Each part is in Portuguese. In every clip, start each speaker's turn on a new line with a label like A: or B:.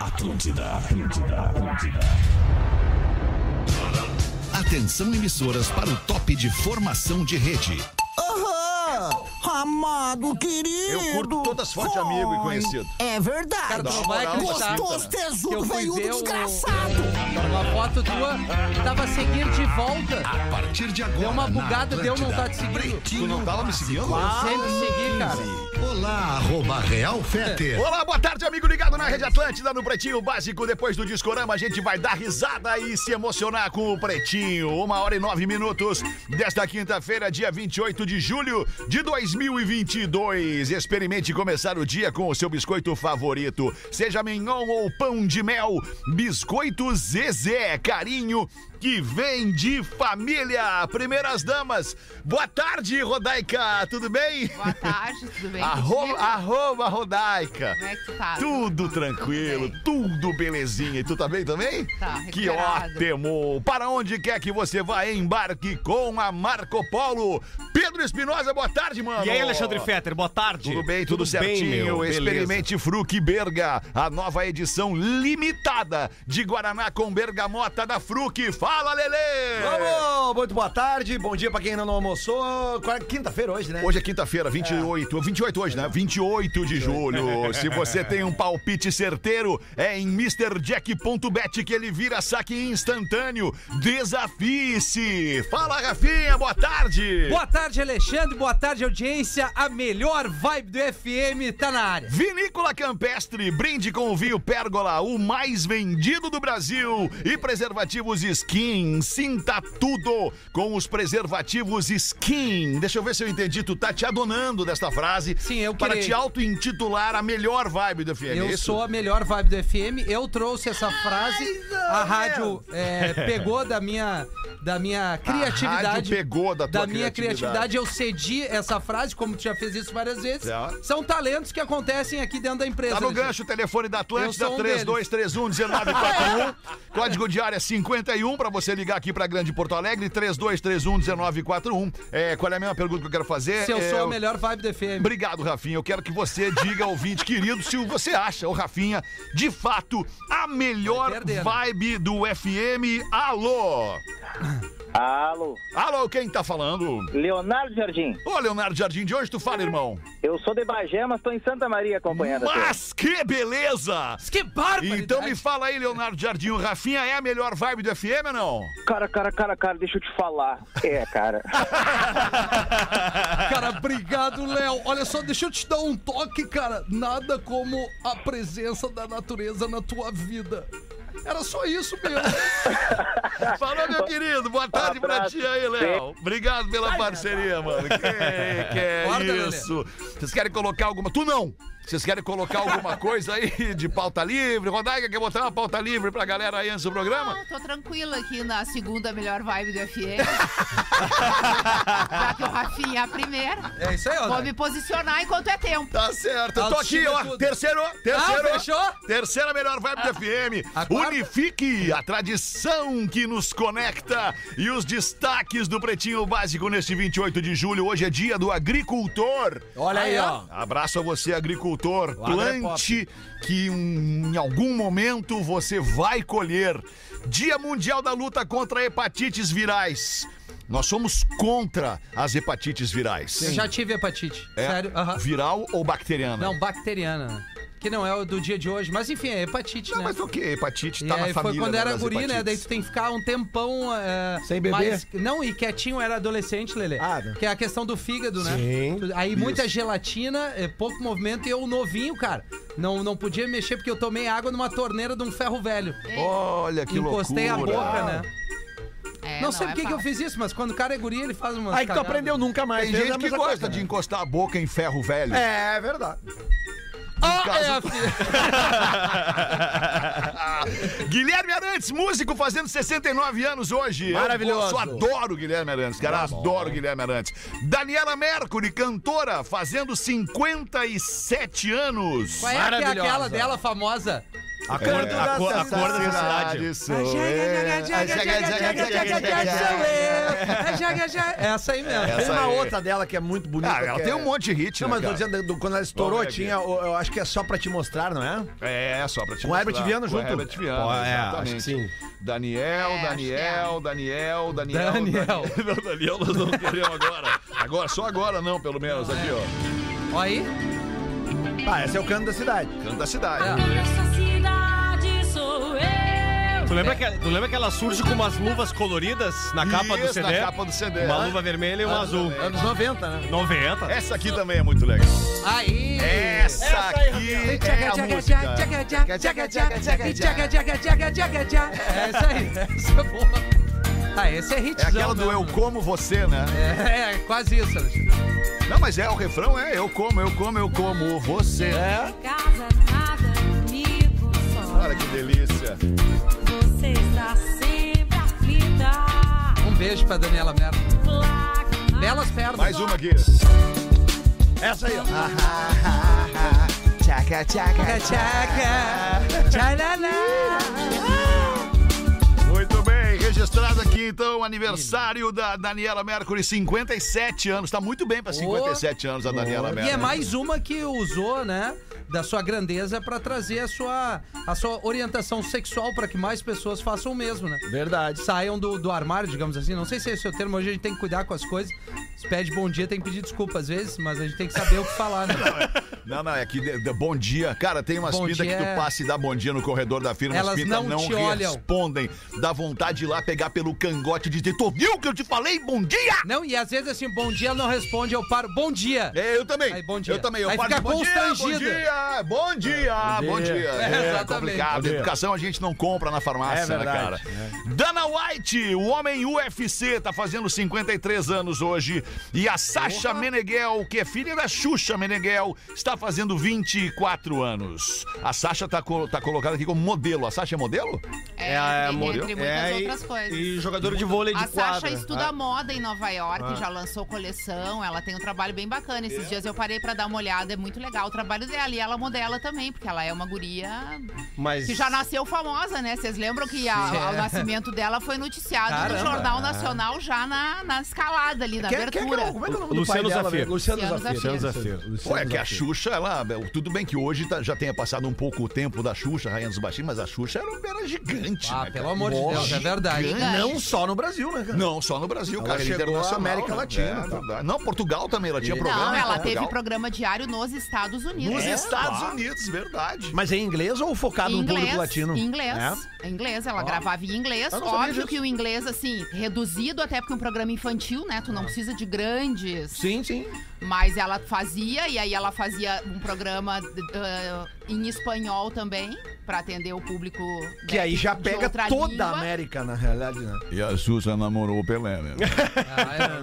A: Atlântida, Atlântida, Atlântida.
B: Atenção emissoras para o top de formação de rede.
C: Aham! Amado, querido!
D: Eu curto todas as fontes de amigo e conhecido.
C: É verdade!
E: Cara, tu não
D: Dá uma
E: vai
D: moral pra cima,
E: acreditar.
C: Gostoso,
D: né?
E: que eu
C: tesudo,
E: fui
C: veio
E: ver o-
C: desgraçado!
E: Uma foto tua que tava seguindo de volta.
B: A partir de agora.
E: Deu uma
B: na
E: bugada, deu, não
B: Atlântida.
E: tá te seguindo.
B: Pretinho
D: Tu não tava me
B: Básico.
D: seguindo?
E: Eu sempre segui, cara.
B: Olá, arroba Real Fete.
D: Olá, boa tarde, amigo ligado na Rede Atlântida, no Pretinho Básico. Depois do Discorama, a gente vai dar risada e se emocionar com o Pretinho. Uma hora e nove minutos desta quinta-feira, dia 28 de julho de 2022. Experimente começar o dia com o seu biscoito favorito. Seja mignon ou pão de mel, biscoito Zezé, carinho que vem de família. Primeiras damas, boa tarde, Rodaica, tudo bem?
F: Boa tarde, tudo bem?
D: Arroba,
F: contigo?
D: arroba Rodaica.
F: Como é que tu tá?
D: Tudo tranquilo, tudo belezinha. E tu tá bem também?
F: Tá,
D: Que
F: recuperado.
D: ótimo! Para onde quer que você vá, embarque com a Marco Polo. Pedro Espinosa, boa tarde, mano.
G: E aí, Alexandre Fetter, boa tarde.
D: Tudo bem, tudo,
G: bem,
D: certinho.
G: meu? Beleza.
D: Experimente Fruc Berga, a nova edição limitada de Guaraná com bergamota da Fruc. Fala, Lelê!
H: Vamos! Muito boa tarde, bom dia pra quem ainda não almoçou. Quarta- Quinta-feira hoje, né?
D: Hoje é quinta-feira, 28. 28 hoje, né? 28 de julho. Se você tem um palpite certeiro, é em MrJack.bet que ele vira saque instantâneo. Desafie-se! Fala, Rafinha, boa tarde!
E: Boa tarde, Alexandre. Boa tarde, audiência. A melhor vibe do FM tá na área.
D: Vinícola Campestre, brinde com o vinho Pérgola, o mais vendido do Brasil. E preservativos Skin, sinta tudo com os preservativos Skin. Deixa eu ver se eu entendi, tu tá te adonando desta frase.
E: Sim, eu
D: Para
E: criei.
D: te auto-intitular a melhor vibe do FM, é
E: Eu
D: isso?
E: sou a melhor vibe do FM. Eu trouxe essa frase. A rádio é, pegou da minha, da minha criatividade.
D: rádio pegou da tua
E: minha
D: criatividade.
E: criatividade. Eu cedi essa frase, como tu já fez isso várias vezes.
D: Tá.
E: São talentos que acontecem aqui dentro da empresa.
D: Tá no
E: Alexandre.
D: gancho, o telefone da Atlântida,
E: Eu sou um
D: 3231-1941. Código de área 51, pra você ligar aqui pra Grande Porto Alegre, 3231-1941. É, qual é a mesma pergunta que eu quero fazer?
E: Se eu
D: É,
E: sou a melhor vibe do FM.
D: Obrigado, Rafinha. Eu quero que você diga ao ouvinte querido se você acha, o Rafinha, de fato, a melhor
E: Vai perder, né?
D: vibe do FM. Alô!
I: Alô,
D: Alô, quem tá falando?
I: Leonardo Jardim.
D: Ô, Leonardo Jardim, de onde tu fala, irmão?
I: Eu sou de Bagé, mas tô em Santa Maria acompanhando. a tua.
D: Mas que beleza!
E: Que barba!
D: Então me fala aí, Leonardo Jardim, o Rafinha é a melhor vibe do FM ou não?
I: Cara, cara, cara, cara, deixa eu te falar. É, cara.
E: Cara, obrigado, Léo. Olha só, deixa eu te dar um toque, cara. Nada como a presença da natureza na tua vida. Era só isso mesmo.
D: Falou, meu querido. Boa tarde pra
I: Abraço.
D: ti aí, Léo. Obrigado pela parceria, mano. Que, que é
E: Guarda, Lelê.
D: isso. Vocês querem colocar alguma... Tu não. Vocês querem colocar alguma coisa aí de pauta livre? Rodaica, quer botar uma pauta livre pra galera aí antes do programa?
F: Ah, tô tranquila aqui na segunda melhor vibe do FM. Já que o Rafinha é a primeira.
E: É isso aí, ó.
F: Vou me posicionar enquanto é tempo.
D: Tá certo. Eu tô aqui,
E: Altiva
D: ó.
E: tudo.
D: Terceiro, terceiro.
E: Ah, fechou?
D: Terceira melhor vibe do FM.
E: a quarta?
D: Unifique a tradição que nos conecta e os destaques do Pretinho Básico neste 28 de julho. Hoje é dia do agricultor.
E: Olha aí, ó.
D: Abraço a você, agricultor.
E: agro é
D: Plante que um- em algum momento você vai colher. Dia Mundial da Luta contra Hepatites Virais. Nós somos contra as hepatites virais.
E: Eu já tive hepatite.
D: É
E: Sério? Aham.
D: Viral ou bacteriana?
E: Não, bacteriana. Que não é o do dia de hoje. Mas enfim, é hepatite,
D: Não,
E: né?
D: mas o que? Hepatite
E: E
D: tá na
E: aí
D: família.
E: foi quando
D: né,
E: era
D: das
E: guri, né? Daí
D: hepatites.
E: tu tem que ficar um tempão. é,
H: Sem beber?
E: mais- não, e quietinho era adolescente, Lelê.
H: Ah, não.
E: que é a questão do fígado, né?
H: Sim.
E: Tu- Aí muita gelatina, é, pouco movimento e eu novinho, cara. Não, não podia mexer porque eu tomei água numa torneira de um ferro velho.
D: Olha que
E: Encostei
D: loucura.
E: a boca, né?
F: É,
E: não sei por que
F: é
E: que eu
F: fácil.
E: fiz isso, mas quando o cara é guri, ele faz uma.
H: Aí que tu aprendeu nunca mais.
D: Tem
H: fez a
D: gente que
H: mesma
D: gosta
H: coisa,
D: de
H: né?
D: encostar a boca em ferro velho.
H: É, é verdade.
D: Guilherme Arantes, músico fazendo 69 anos hoje.
H: Maravilhoso. Tá
D: Eu gosto, adoro o Guilherme Arantes, cara. adoro o Guilherme Arantes. Daniela Mercury, cantora, fazendo 57 anos.
E: Qual é, que é
G: Maravilhosa.
E: aquela dela famosa?
H: Acordo
D: É, a cor- a cor da
H: sociedade.
D: sociedade. sou
H: Essa aí mesmo.
D: Essa
H: Tem uma
D: aí.
H: outra dela que é muito bonita.
D: Ah, ela
H: que
D: tem
H: é-
D: um monte de hit,
H: Não,
D: né,
H: mas eu tô
D: cara?
H: dizendo, do- quando ela estourou,
D: Vamos ver aqui.
H: tinha. o- Eu acho que é só pra te mostrar, não é?
D: É, só pra te
H: Com o Herbert
D: mostrar.
H: Viana
D: Com o
H: junto?
D: Herbert Viana,
J: Ó, é,
D: exatamente.
J: acho que
D: Daniel,
F: É, acho
D: Daniel, Daniel, Daniel,
E: Daniel.
D: Não, Daniel, nós não queremos agora. Agora, só agora não, pelo menos,
H: É.
D: aqui, ó.
E: Olha aí.
H: Ah, esse é o canto da cidade.
D: Canto da cidade.
K: Essa cidade sou eu.
J: Tu lembra, que, tu lembra que ela surge com umas luvas coloridas na capa do
D: Isso,
J: CD?
D: na capa do CD.
J: Uma
D: Ah,
J: luva vermelha e uma azul.
H: Anos 90, né?
J: 90.
D: Essa aqui também é muito legal.
E: Aí.
D: Essa, aqui é a música.
E: É isso aí. Essa é boa. Ah, esse é hitzão.
D: É aquela do
E: mesmo.
D: Eu Como Você, né?
E: É, é quase isso, Alexandre.
D: Não, mas é, o refrão é Eu Como, Eu Como, Eu Como Você.
J: É?
K: Casa nada comigo só.
D: Olha que delícia.
K: Você está sempre aflita.
E: Um beijo pra Daniela Merda.
K: Placa.
E: Belas pernas.
D: Mais uma aqui.
H: Essa aí, ó.
E: Tchaca,
D: Muito bem, registrado aqui então o aniversário da Daniela Mercury, 57 anos. Tá muito bem pra 57 anos a Daniela
E: E
D: Mercury.
E: é mais uma que usou, né, da sua grandeza pra trazer a sua, a sua orientação sexual pra que mais pessoas façam o mesmo, né?
H: Verdade.
E: Saiam do, do armário, digamos assim. Não sei se esse é o termo. Hoje a gente tem que cuidar com as coisas. Se pede bom dia, tem que pedir desculpa às vezes, mas a gente tem que saber o que falar, né?
D: Não, não, é que de- de- bom dia. Cara, tem umas
E: Bom
D: pintas que
E: dia.
D: tu passa e dá bom dia no corredor da firma, as
E: Elas
D: pintas
E: não
D: não,
E: te olham.
D: respondem. Dá vontade de ir lá pegar pelo cangote e dizer, tu viu que eu te falei bom dia?
E: Não, e às vezes assim, bom dia ela não responde, eu paro. Bom dia!
D: É, eu também.
E: Aí, bom dia.
D: Eu também. Eu
E: Aí
D: falo
E: fica
D: de bom dia, bom
E: constrangido.
D: dia, bom dia, bom dia. É,
E: exatamente.
D: complicado. Educação a gente não compra na farmácia,
H: É
D: né, cara?
H: verdade.
E: É.
D: Dana White, o homem UFC, tá fazendo 53 anos hoje. E a Sasha Meneghel, que é filha da Xuxa Meneghel, está fazendo 24 anos. A Sasha tá, co- tá colocada aqui como modelo. A Sasha é modelo?
F: É,
J: a
F: entre,
J: modelo.
F: entre muitas
J: É, e-
F: outras coisas.
J: E jogador de vôlei de
F: A Sasha
J: quadra.
H: Ah. né?
F: estuda moda em Nova York, já lançou coleção, ela tem um trabalho bem bacana. Esses dias eu parei pra dar uma olhada, é muito legal o trabalho dela. E ela modela também, porque ela é uma guria
J: Mas...
F: que já nasceu famosa, né? Vocês lembram que a-
E: Sim.
F: o nascimento dela foi noticiado
E: Caramba.
F: no Jornal Nacional já na, na escalada ali, na
H: Quem- quem é que
F: abertura.
H: é o- como é que é o nome
J: Luciano
H: do pai dela?
J: Zafir.
H: mesmo? Luciano
F: Luciano
H: Zafir.
F: Zafir.
D: Pô, é que a Xuxa, ela. Tudo bem que hoje tá- já tenha passado um pouco o tempo da Xuxa, Rainha dos Baixinhos, mas a Xuxa era, era gigante.
E: Ah,
D: né,
E: pelo
D: cara?
E: amor de Deus, é verdade.
F: Gigante.
H: Não só no Brasil, né, cara?
D: Não, só no Brasil,
H: Ela
D: cara. Ela
H: chegou
D: internacional,
H: à América
D: né?
H: Latina,
D: É,
H: tá.
D: verdade. Não, Portugal também, ela tinha programa.
F: Não,
D: em
F: ela
D: Portugal.
F: teve programa diário nos Estados Unidos.
D: Nos
F: É.
D: Estados Unidos, verdade.
H: Mas é em inglês ou focado
F: Em
H: no público latino?
F: Em inglês.
H: É?
F: Em inglês, ela gravava em inglês.
H: Eu não sabia
F: Óbvio
H: disso.
F: que o inglês, assim, reduzido, até porque é um programa infantil, né? Tu não precisa de grandes.
H: Ah. Sim, sim.
F: Mas ela fazia, e aí ela fazia um programa ah, em espanhol também, pra atender o público. né,
H: Que aí já
F: de
H: pega
F: outra
H: toda
F: língua.
H: a América, na realidade, né?
D: E a Xuxa namorou o Pelé, né?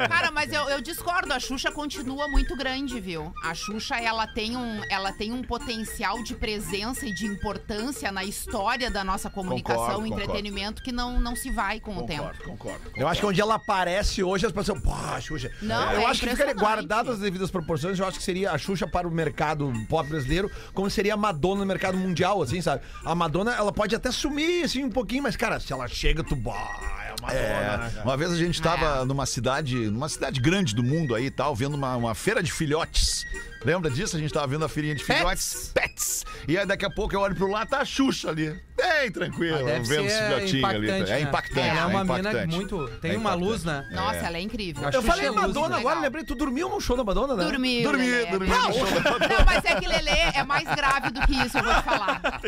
E: Ah,
F: Cara, mas eu, eu discordo, a Xuxa continua muito grande, viu? A Xuxa, ela tem, um, ela tem um potencial de presença e de importância na história da nossa comunicação
D: Concordo,
F: e
D: concordo.
F: entretenimento que não, não se vai com o tempo.
D: Concordo, concordo.
H: Eu acho que onde ela aparece hoje, as pessoas. Pô, a Xuxa.
F: Não,
H: eu
F: é
H: acho que ficaria
F: impressionante.
H: guardadas as devidas proporções. Eu acho que seria a Xuxa para o mercado pop brasileiro, como seria a Madonna no mercado mundial, assim, sabe? A Madonna, ela pode até sumir, assim, um pouquinho, mas, cara, se ela chega, tu. Bah, é a Madonna, né,
D: É,
H: cara?
D: uma vez a gente tava numa cidade, numa cidade grande do mundo aí e tal, vendo uma, uma feira de filhotes. Lembra disso? A gente tava vendo a feirinha de filhotes? Pets! E aí daqui a pouco eu olho pro lado, tá a Xuxa ali. Bem tranquilo,
E: Ah, deve
D: vendo os
E: ser
D: filhotinhos ali.
E: impactante,
D: É
E: né?
D: impactante.
E: Ela é uma mina
D: impactante.
E: muito- tem
D: É
E: uma
D: impactante.
E: luz, né?
F: Nossa,
D: É.
F: ela é incrível.
E: Eu
H: Eu falei
E: Xuxa é luz,
H: Madonna
E: né?
H: agora,
F: Legal.
H: lembrei, tu dormiu no show da Madonna, né?
F: Dormiu,
D: Dormi,
F: Lelê.
D: dormi.
F: Não, mas é que Lelê é mais grave do que isso, eu vou te falar.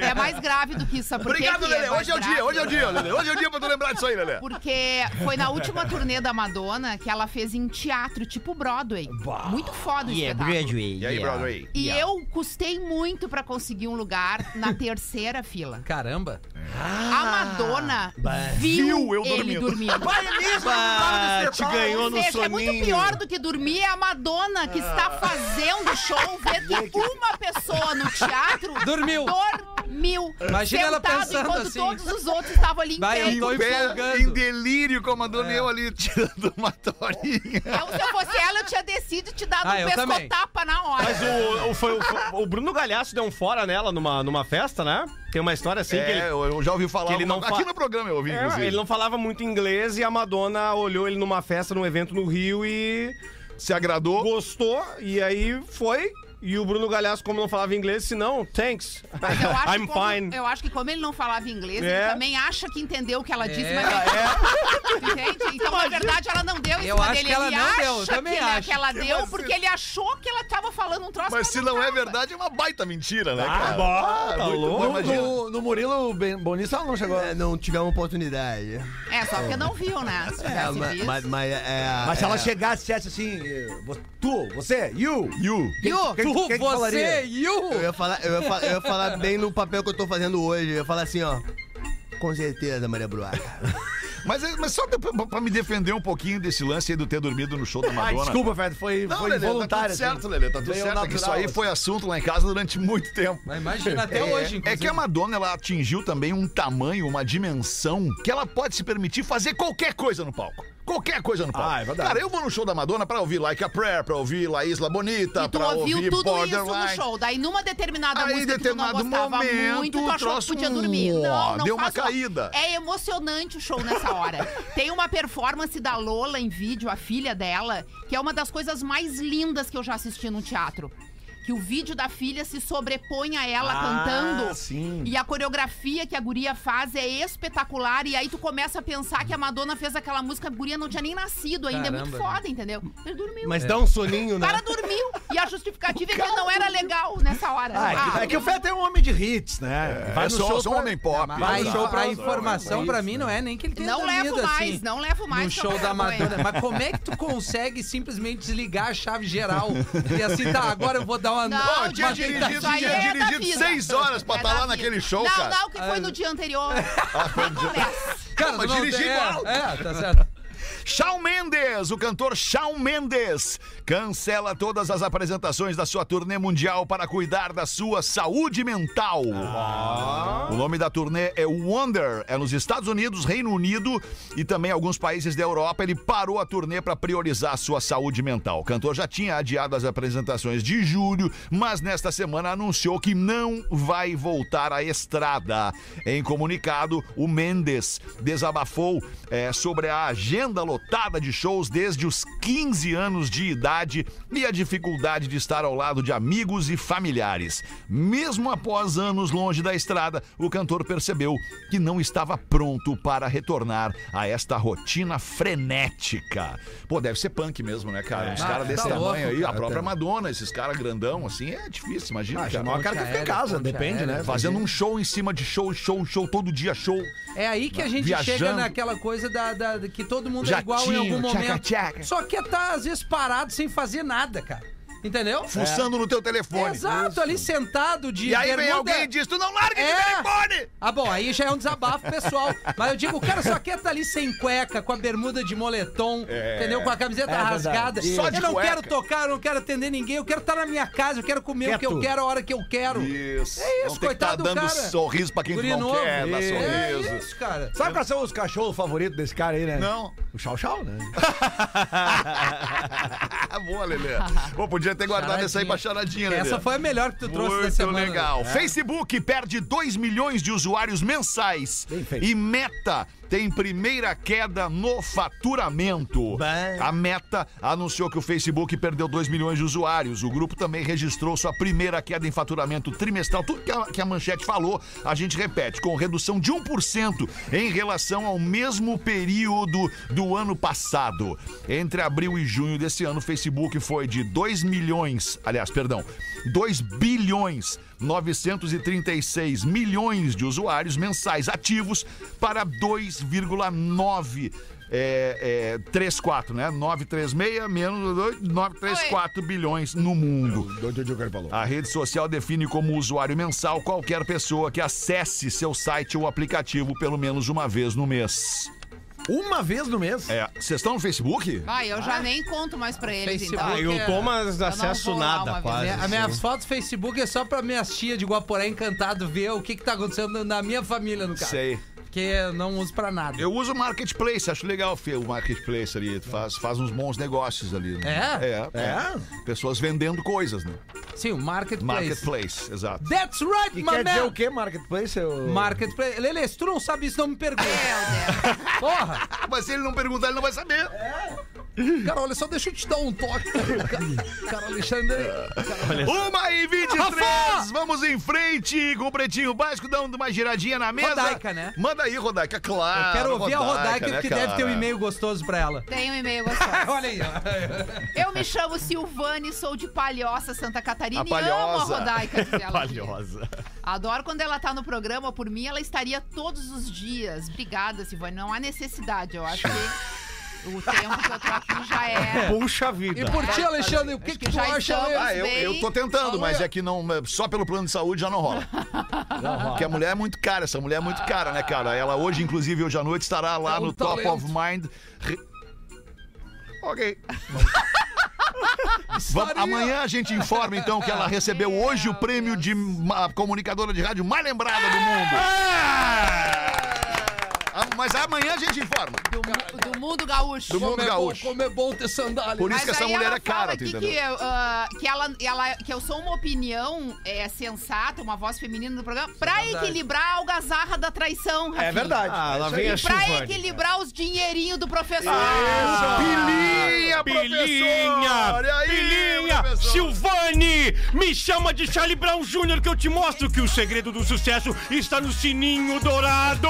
F: É mais grave do que isso, sabe por quê
D: Obrigado,
F: que
D: Lelê.
F: mais
D: Hoje é o dia,
F: grave?
D: hoje é o dia, Lelê. Hoje é o dia pra tu lembrar disso aí, Lelê.
F: Porque foi na última turnê da Madonna que ela fez em teatro, tipo Broadway. Muito foda
H: é
E: é
F: o espetáculo.
D: E aí, Broadway?
F: E eu custei muito pra conseguir um lugar na terceira fila.
E: Caramba. Ah,
F: a Madonna
D: Viu
F: viu
D: eu
F: ele
D: dormindo.
F: dormindo.
H: É
E: tá
J: Ah, te ganhou
F: Ou
J: no
F: seja, é
J: soninho.
F: muito pior do que dormir é a Madonna que está fazendo show, ver que uma pessoa no teatro
E: Dormiu.
F: dormiu. mil.
E: Imagina ela
F: sentado
E: pensando
F: enquanto
E: assim.
F: todos os outros estavam ali em
E: Vai,
F: pé.
E: eu tô
D: Pé,
E: empolgando.
D: em delírio, comandou Leão ali, tirando uma torinha.
F: Eu, se eu fosse ela, eu tinha decidido te dar
E: Ah,
F: um
E: eu também.
F: pescotapa na hora.
H: Mas o, o, foi, o, o Bruno Galhaço deu um fora nela numa, numa festa, né? Tem uma história assim que
D: é,
H: ele.
D: eu eu já ouvi falar.
H: que ele
D: uma-
H: não fa-
D: Aqui no programa eu ouvi,
H: É,
D: inclusive.
H: ele não falava muito inglês e a Madonna olhou ele numa festa, num evento no Rio e
D: Se agradou.
H: gostou. E aí foi. E o Bruno Galhaço, como não falava inglês, disse: não, thanks.
F: Mas eu acho,
H: I'm
F: que como,
H: fine.
F: eu acho que como ele não falava inglês,
H: É.
F: ele também acha que entendeu o que ela disse,
E: É,
F: mas Tu entende? Então, na verdade, ela não deu em
E: Eu
F: cima
E: acho
F: dele.
E: que ela
F: ele
E: não
F: acha
E: deu, eu também
F: que, né,
E: acho.
F: que ela deu
D: Mas
F: porque
D: se-
F: ele achou que ela tava falando um troço
D: Mas
F: que
D: se
F: ela
D: não é
F: tava.
D: verdade, é uma baita mentira, né,
H: Ah,
D: cara?
H: bah, tá
D: muito bom,
H: louco.
D: imagina.
L: No, no Murilo Ben- Bonissa ela não chegou.
E: não tivemos oportunidade.
F: É, só porque não viu, né? Se tivesse visto.
E: é.
L: Mas se ela chegasse e dissesse assim, eh, vo- tu, você, you,
D: You.
F: Viu?
L: quem- quem
E: Tu,
L: que falaria?
E: você e o.
M: Eu ia, falar, eu, ia falar, eu ia falar bem no papel que eu tô fazendo hoje. Eu ia falar assim, ó. Com certeza, Maria Bruaca.
D: Mas, é- mas só pra, pra- pra me defender um pouquinho desse lance aí do ter dormido no show da
L: Ah,
D: Madonna.
L: desculpa, Fred, foi,
D: Não,
L: foi
D: Lelê, tá
L: involuntário.
D: tudo certo,
L: assim.
D: Lelê, tá tudo
L: Veio
D: certo. é que isso
L: natural,
D: aí foi assunto lá em casa durante muito tempo.
E: Mas imagina até hoje,
D: É que a Madonna ela atingiu também um tamanho, uma dimensão que ela pode se permitir fazer qualquer coisa no palco. Qualquer coisa no palco.
L: Ah, é verdade.
D: Cara, eu vou no show da Madonna pra ouvir Like a Prayer, pra ouvir La Isla Bonita,
F: E tu
D: pra ouvir
F: ouviu tudo isso no
D: Borderline.
F: show. Daí, numa determinada
D: Aí, em
F: música que
D: determinado
F: tu não gostava
D: momento,
F: muito,
D: o
F: tu achou que
D: troço,
F: podia dormir. Não, não
D: deu uma
F: faz mal.
D: caída.
F: É emocionante o show nessa hora. Tem uma performance da Lola em vídeo, a filha dela, que é uma das coisas mais lindas que eu já assisti no teatro. Que o vídeo da filha se sobrepõe a ela
D: Ah,
F: cantando.
L: sim.
F: E a coreografia que a guria faz é espetacular. E aí tu começa a pensar que a Madonna fez aquela música, a guria não tinha nem nascido ainda. é muito
E: Caramba, né?
F: foda, entendeu? Ele dormiu.
D: É.
H: Mas dá um soninho,
F: O
H: né?
F: cara dormiu e a justificativa é que não era legal nessa hora.
L: Ah, é que- é que o Fred é um homem de hits, né?
D: É só, só um homem pop.
E: Mas
D: Exato.
E: show pra informação, pra mim, não é nem que ele tenha
F: né?" não levo
E: dormido
F: mais,
E: assim.
F: não levo mais.
E: no
F: que
E: show
F: eu não
E: da
F: aguento.
E: Madonna. Mas como é que tu consegue simplesmente desligar a chave geral? E assim, tá, agora eu vou dar uma.
F: Não,
D: Ó,
E: uma
D: eu tinha
F: Mas
E: tentativa.
D: dirigido,
F: isso aí
D: tinha
F: é da
D: dirigido
F: vida.
D: seis horas pra
F: É
D: estar
F: da
D: lá
F: vida.
D: naquele show,
F: não,
D: cara.
F: Não, que foi no dia anterior. Acontece.
E: Cara,
D: mas
E: tu não-
D: dirigi
E: é,
D: igual.
E: É, tá certo.
D: Shawn Mendes, o cantor Shawn Mendes, cancela todas as apresentações da sua turnê mundial para cuidar da sua saúde mental. O nome da turnê é Wonder, é nos Estados Unidos, Reino Unido e também alguns países da Europa. Ele parou a turnê para priorizar a sua saúde mental. O cantor já tinha adiado as apresentações de julho, mas nesta semana anunciou que não vai voltar à estrada. Em comunicado, o Mendes desabafou eh, sobre a agenda lotada de shows desde os 15 anos de idade e a dificuldade de estar ao lado de amigos e familiares. Mesmo após anos longe da estrada, o cantor percebeu que não estava pronto para retornar a esta rotina frenética. Pô, deve ser punk mesmo, né,
L: É.
D: cara? Os caras desse
E: tá
D: tamanho
E: louco,
D: aí, a
L: Ah, cara,
D: própria
L: tá.
D: Madonna, esses caras grandão, assim, é difícil, imagina.
L: Ah,
D: cara.
L: chamar o cara que fica em casa, depende, né?
D: Fazendo um show em cima de show, show, show, todo dia show.
E: É aí que a gente
D: Viajando.
E: chega naquela coisa da, da- da- que todo mundo é igual em
D: Jatinho,
E: algum
D: tchaca,
E: momento.
D: tchaca.
E: Só que tá, às vezes, parado sem fazer nada, cara. Entendeu?
L: É.
D: Fuçando no teu telefone.
E: Exato, ali sentado de
D: E aí vem
E: bermuda.
D: alguém e diz: Tu não larga de
E: É.
D: telefone!
E: Ah, bom, aí já é um desabafo pessoal. Mas eu digo, o cara só quer estar ali sem cueca, com a bermuda de moletom, entendeu? Com a camiseta
L: É verdade.
E: rasgada.
L: Isso.
E: eu
D: É. Só de
E: não
D: cueca.
E: quero tocar, eu não quero atender ninguém, eu quero estar na minha casa, eu quero comer o que eu
L: Quieto.
E: quero, a hora que eu quero.
D: Isso.
E: É isso,
D: não tem que tá
E: coitado do
D: dando
E: cara.
D: sorriso pra quem tu
E: Guri
D: não
E: novo.
D: quer, dá
E: É
D: sorriso.
E: isso, cara.
L: Sabe quais são os cachorros favoritos desse cara aí, né?
D: Não.
L: O Chau Chau, né?
D: Ah, boa, Lelê. Pô, podia ter guardado essa aí pra charadinha, Lelê.
E: Essa foi a melhor que tu trouxe
D: Muito
E: da semana. É.
D: legal. Facebook perde 2 milhões de usuários mensais.
L: Bem feito.
D: E Meta tem primeira queda no faturamento.
L: Bem.
D: A Meta anunciou que o Facebook perdeu 2 milhões de usuários. O grupo também registrou sua primeira queda em faturamento trimestral. Tudo que a, que a manchete falou, a gente repete, com redução de 1% em relação ao mesmo período do ano passado. Entre abril e junho desse ano, o Facebook foi de 2 milhões, aliás, perdão, 2 bilhões 936 milhões de usuários mensais ativos para 2,9 é, é, 34, né? 936 menos 2, 934 bilhões no mundo. A rede social define como usuário mensal qualquer pessoa que acesse seu site ou aplicativo pelo menos uma vez no mês.
L: Uma vez no mês?
D: É. Vocês estão no Facebook?
F: Vai, eu já nem conto mais pra eles, então.
H: Ah, eu Thomas acesso nada,
F: né?
H: quase.
E: Minha- É, As minhas fotos do Facebook é só pra minhas tias de Guaporé encantado ver o que, que tá acontecendo na minha família, no caso.
D: Sei.
E: Porque eu não uso pra nada.
D: Eu uso o Marketplace, acho legal Fê, o Marketplace ali. Tu Faz, faz uns bons negócios ali. né?
E: É?
D: É. é. Pessoas vendendo coisas, né?
E: Sim, o Marketplace.
D: Marketplace, exato.
E: That's right,
L: E
E: my man!
L: quer dizer o que, Marketplace? Eu...
E: Marketplace. Lele, se tu não sabe isso, não me pergunta.
F: É,
E: Porra!
D: Ah, mas se ele não perguntar, ele não vai saber.
N: Cara, olha só, deixa eu te dar um toque. Cara, Cara, Alexandre.
D: Uma e 23! Vamos em frente com o Pretinho Básico, dando uma giradinha na mesa.
E: Rodaica, né?
D: Manda aí, Rodaica, é claro.
E: Quero ouvir a Rodaica,
D: né,
E: porque deve ter um
D: cara?
E: e-mail gostoso pra ela.
F: Tem um e-mail gostoso.
E: Olha aí, ó.
F: Eu me chamo Silvane, sou de Palhoça, Santa Catarina
D: A
F: e amo a
D: palhosa.
F: Rodaica. diz ela aqui.
D: Palhosa.
F: Adoro quando ela tá no programa, por mim ela estaria todos os dias. Obrigada, Silvane, não há necessidade, eu acho que o tempo que eu tô aqui já é.
H: Puxa
E: E
H: vida.
E: por ti, Alexandre, o que,
F: Acho
E: que
F: que
E: tu
F: já
E: acha,
F: estamos-
E: Lele?
D: Ah, eu, eu tô tentando, mas é que não, só pelo plano de saúde já não rola. Porque a mulher é muito cara, essa mulher é muito cara, né, cara? Ela hoje, inclusive, hoje à noite, estará lá
E: É um
D: no Top
E: talento.
D: of Mind. Re- Ok. Vamos- amanhã a gente informa, então, que ela recebeu hoje o prêmio de ma- comunicadora de rádio mais lembrada
E: É!
D: do mundo. Ah, Mas amanhã a gente informa.
F: Do, mu- do mundo gaúcho.
D: Do mundo
N: Como é bom-
D: gaúcho.
N: Como é bom ter sandália.
D: Por isso
F: Mas
D: que essa
F: aí
D: mulher
F: ela
D: é cara,
F: fala
D: tu
F: aqui
D: entendeu?
F: que, eu, ah, que, ela, ela- que eu sou uma opinião é, sensata, uma voz feminina no programa, pra equilibrar a algazarra da traição, Rafinha.
L: É verdade.
H: Ah, lá
L: Isso
H: vem
L: aí.
H: a
F: Pra
H: chuva.
F: equilibrar os dinheirinhos do professor.
D: Pilinha,
H: Pilinha!
D: professor! E aí,
H: Pilinha!
D: professor?
H: Silvane! Me chama de Charlie Brown Jr. que eu te mostro que o segredo do sucesso está no sininho dourado!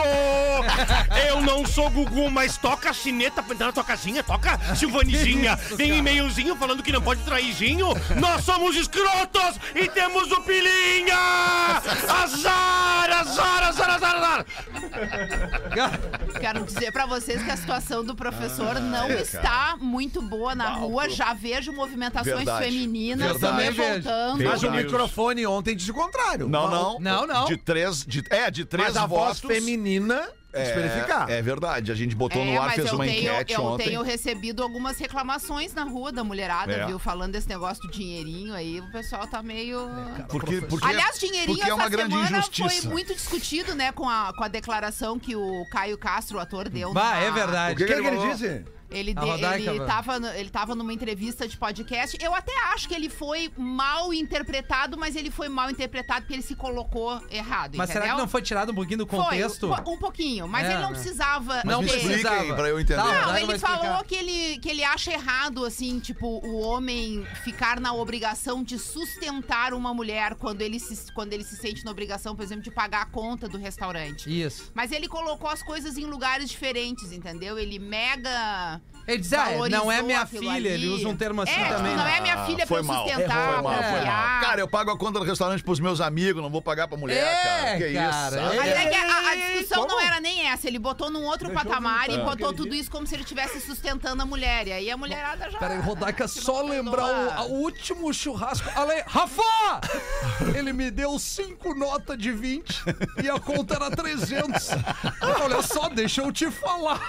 H: Eu não sou Gugu, mas toca a sineta pra entrar na tua casinha, toca Silvanezinha! Tem e-mailzinho falando que não pode trairzinho! Nós somos escrotos e temos o Pilinha! Azar, azar, azar, azar, azar!
F: Quero dizer pra vocês que a situação do
D: Ah,
F: professor não está muito boa na rua. Já vejo movimentações
D: Verdade.
F: femininas
D: Verdade.
F: também
E: Eu também vejo.
F: voltando.
L: Mas o
D: Deus.
L: microfone ontem disse o contrário.
D: Não,
L: Uma-
D: não.
E: Não, não.
D: De três. De, é, de três
L: Mas a voz
D: votos.
L: feminina, é,
D: É,
L: verificar.
D: é verdade. A gente botou
F: É,
D: no ar,
F: mas
D: fez
F: eu
D: uma
F: tenho,
D: enquete
F: eu
D: ontem.
F: tenho recebido algumas reclamações na rua da mulherada,
D: É.
F: viu? Falando desse negócio do dinheirinho aí, o pessoal tá meio.
D: Porque, porque,
F: Aliás, dinheirinho
D: porque é uma
F: essa
D: grande
F: semana
D: injustiça.
F: foi muito discutido, né, com a, com a declaração que o Caio Castro, o ator, deu.
E: Bah,
F: numa-
E: é verdade.
L: O que, que ele
D: falou?
L: disse?
F: Ele,
E: A
F: de-
E: Rodaica,
F: ele,
E: velho.
F: tava, no- ele tava numa entrevista de podcast. Eu até acho que ele foi mal interpretado, mas ele foi mal interpretado porque ele se colocou errado.
E: Mas será que não foi tirado um pouquinho do contexto?
F: Foi, um, um pouquinho, mas
E: É,
F: ele não
E: né?
F: precisava.
E: Mas
D: Me
E: Não
F: ter-
D: expliquem
E: precisava.
D: pra eu entender.
E: Tá,
F: não,
E: Rodaica
F: ele
E: vai explicar.
F: falou que ele, que ele acha errado, assim, tipo, o homem ficar na obrigação de sustentar uma mulher quando ele se, quando ele se sente na obrigação, por exemplo, de pagar a conta do restaurante.
E: Isso.
F: Mas ele colocou as coisas em lugares diferentes, entendeu? Ele mega.
E: Ele diz, ah, é, não é minha filha, ele usa um termo assim
F: é, tipo,
E: também.
F: Não é minha filha pra
D: Ah, foi
F: eu
D: mal.
F: sustentar,
D: Foi mal,
F: pra
D: foi mal.
F: criar.
D: Cara, eu pago a conta do restaurante pros meus amigos, não vou pagar pra mulher,
E: É,
D: cara. Que
E: cara,
D: isso?
E: é.
F: Mas é que a, a
L: Ei,
F: discussão não
L: como?
F: era nem essa. Ele botou num outro patamar e botou tudo isso como se ele estivesse sustentando a mulher. E aí a mulherada já.
N: Peraí, Rodaica,
F: se
N: só
F: mandou
N: lembrar o,
F: lá.
N: a- o último churrasco. Ale... Rafa! Ele me deu cinco notas de 20 e a conta era 300. Olha "É só, deixa eu te falar.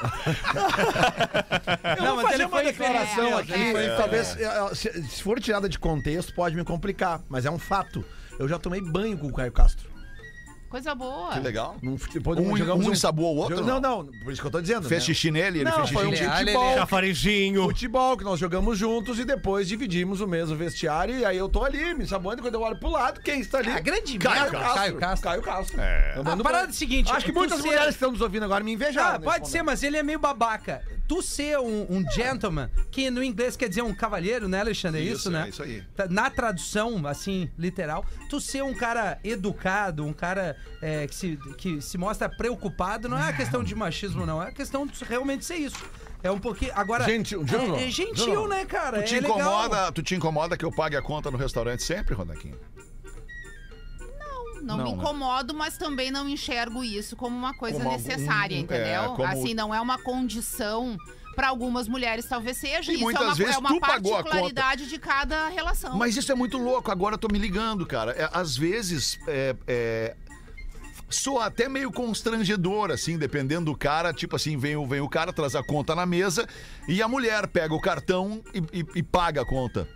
N: Eu vou
E: Não, mas
N: fazer
E: ele
N: uma
E: foi
N: declaração
E: diferente,
N: aqui.
F: É,
L: Foi, talvez, eh, se, se for tirada de contexto, pode me complicar, mas é um fato. Eu já tomei banho com o Caio Castro.
F: Coisa boa.
D: Que legal.
L: Num tipo, futebol,
D: Um-
L: jogamos
D: um ensaboou o outro,
L: Não, não, por isso que eu tô dizendo.
D: Fez
L: né?
D: xixi nele, ele
L: Não,
D: fez xixi
L: foi um
D: em ti.
E: Ah, ele-
N: é
L: futebol,
H: Chafarizinho!
L: futebol que nós jogamos juntos e depois dividimos o mesmo vestiário. E aí eu tô ali, me saboando, quando eu olho pro lado, quem está ali?
E: Ah, grande
L: Caio
E: merda,
L: Castro.
E: Caio Castro.
L: Caio Castro.
D: É.
L: Eu
E: A
L: mando
E: parada é
L: banho.
E: o seguinte...
L: Acho que
E: tu
L: muitas
E: ser-
L: mulheres que estão nos ouvindo agora me
E: Ah,
L: invejaram. nesse
E: pode ser,
L: momento.
E: mas ele é meio babaca. Tu ser um, um gentleman, que no inglês quer dizer um cavalheiro, né, Alexandre? É isso,
D: Isso,
E: né?
D: é isso aí.
E: Tá- Na tradução, assim, literal, tu ser um cara educado, um cara é, que, se, que se mostra preocupado, não é a questão de machismo, não. É a questão de realmente ser isso. É um pouquinho. Agora.
L: Gentil, gentleman.
E: É, é gentil,
L: Gentleman.
E: né, cara?
D: Tu te,
E: é legal.
D: incomoda, tu te incomoda que eu pague a conta no restaurante sempre, Rodaquinha? Não,
F: Não, me
D: né?
F: incomodo, mas também não enxergo isso como uma coisa
D: Como algum-
F: necessária,
D: é,
F: entendeu?
D: como-
F: Assim, não é uma condição. Pra algumas mulheres talvez seja.
D: E
F: isso
D: muitas
F: é uma,
D: vezes
F: é uma
D: tu pagou a conta.
F: particularidade de cada relação.
D: Mas isso é muito louco, agora eu tô me ligando, cara. É, às vezes, é, é, soa até meio constrangedor, assim, dependendo do cara. Tipo assim, vem o, vem o cara, traz a conta na mesa e a mulher pega o cartão e, e- e paga a conta.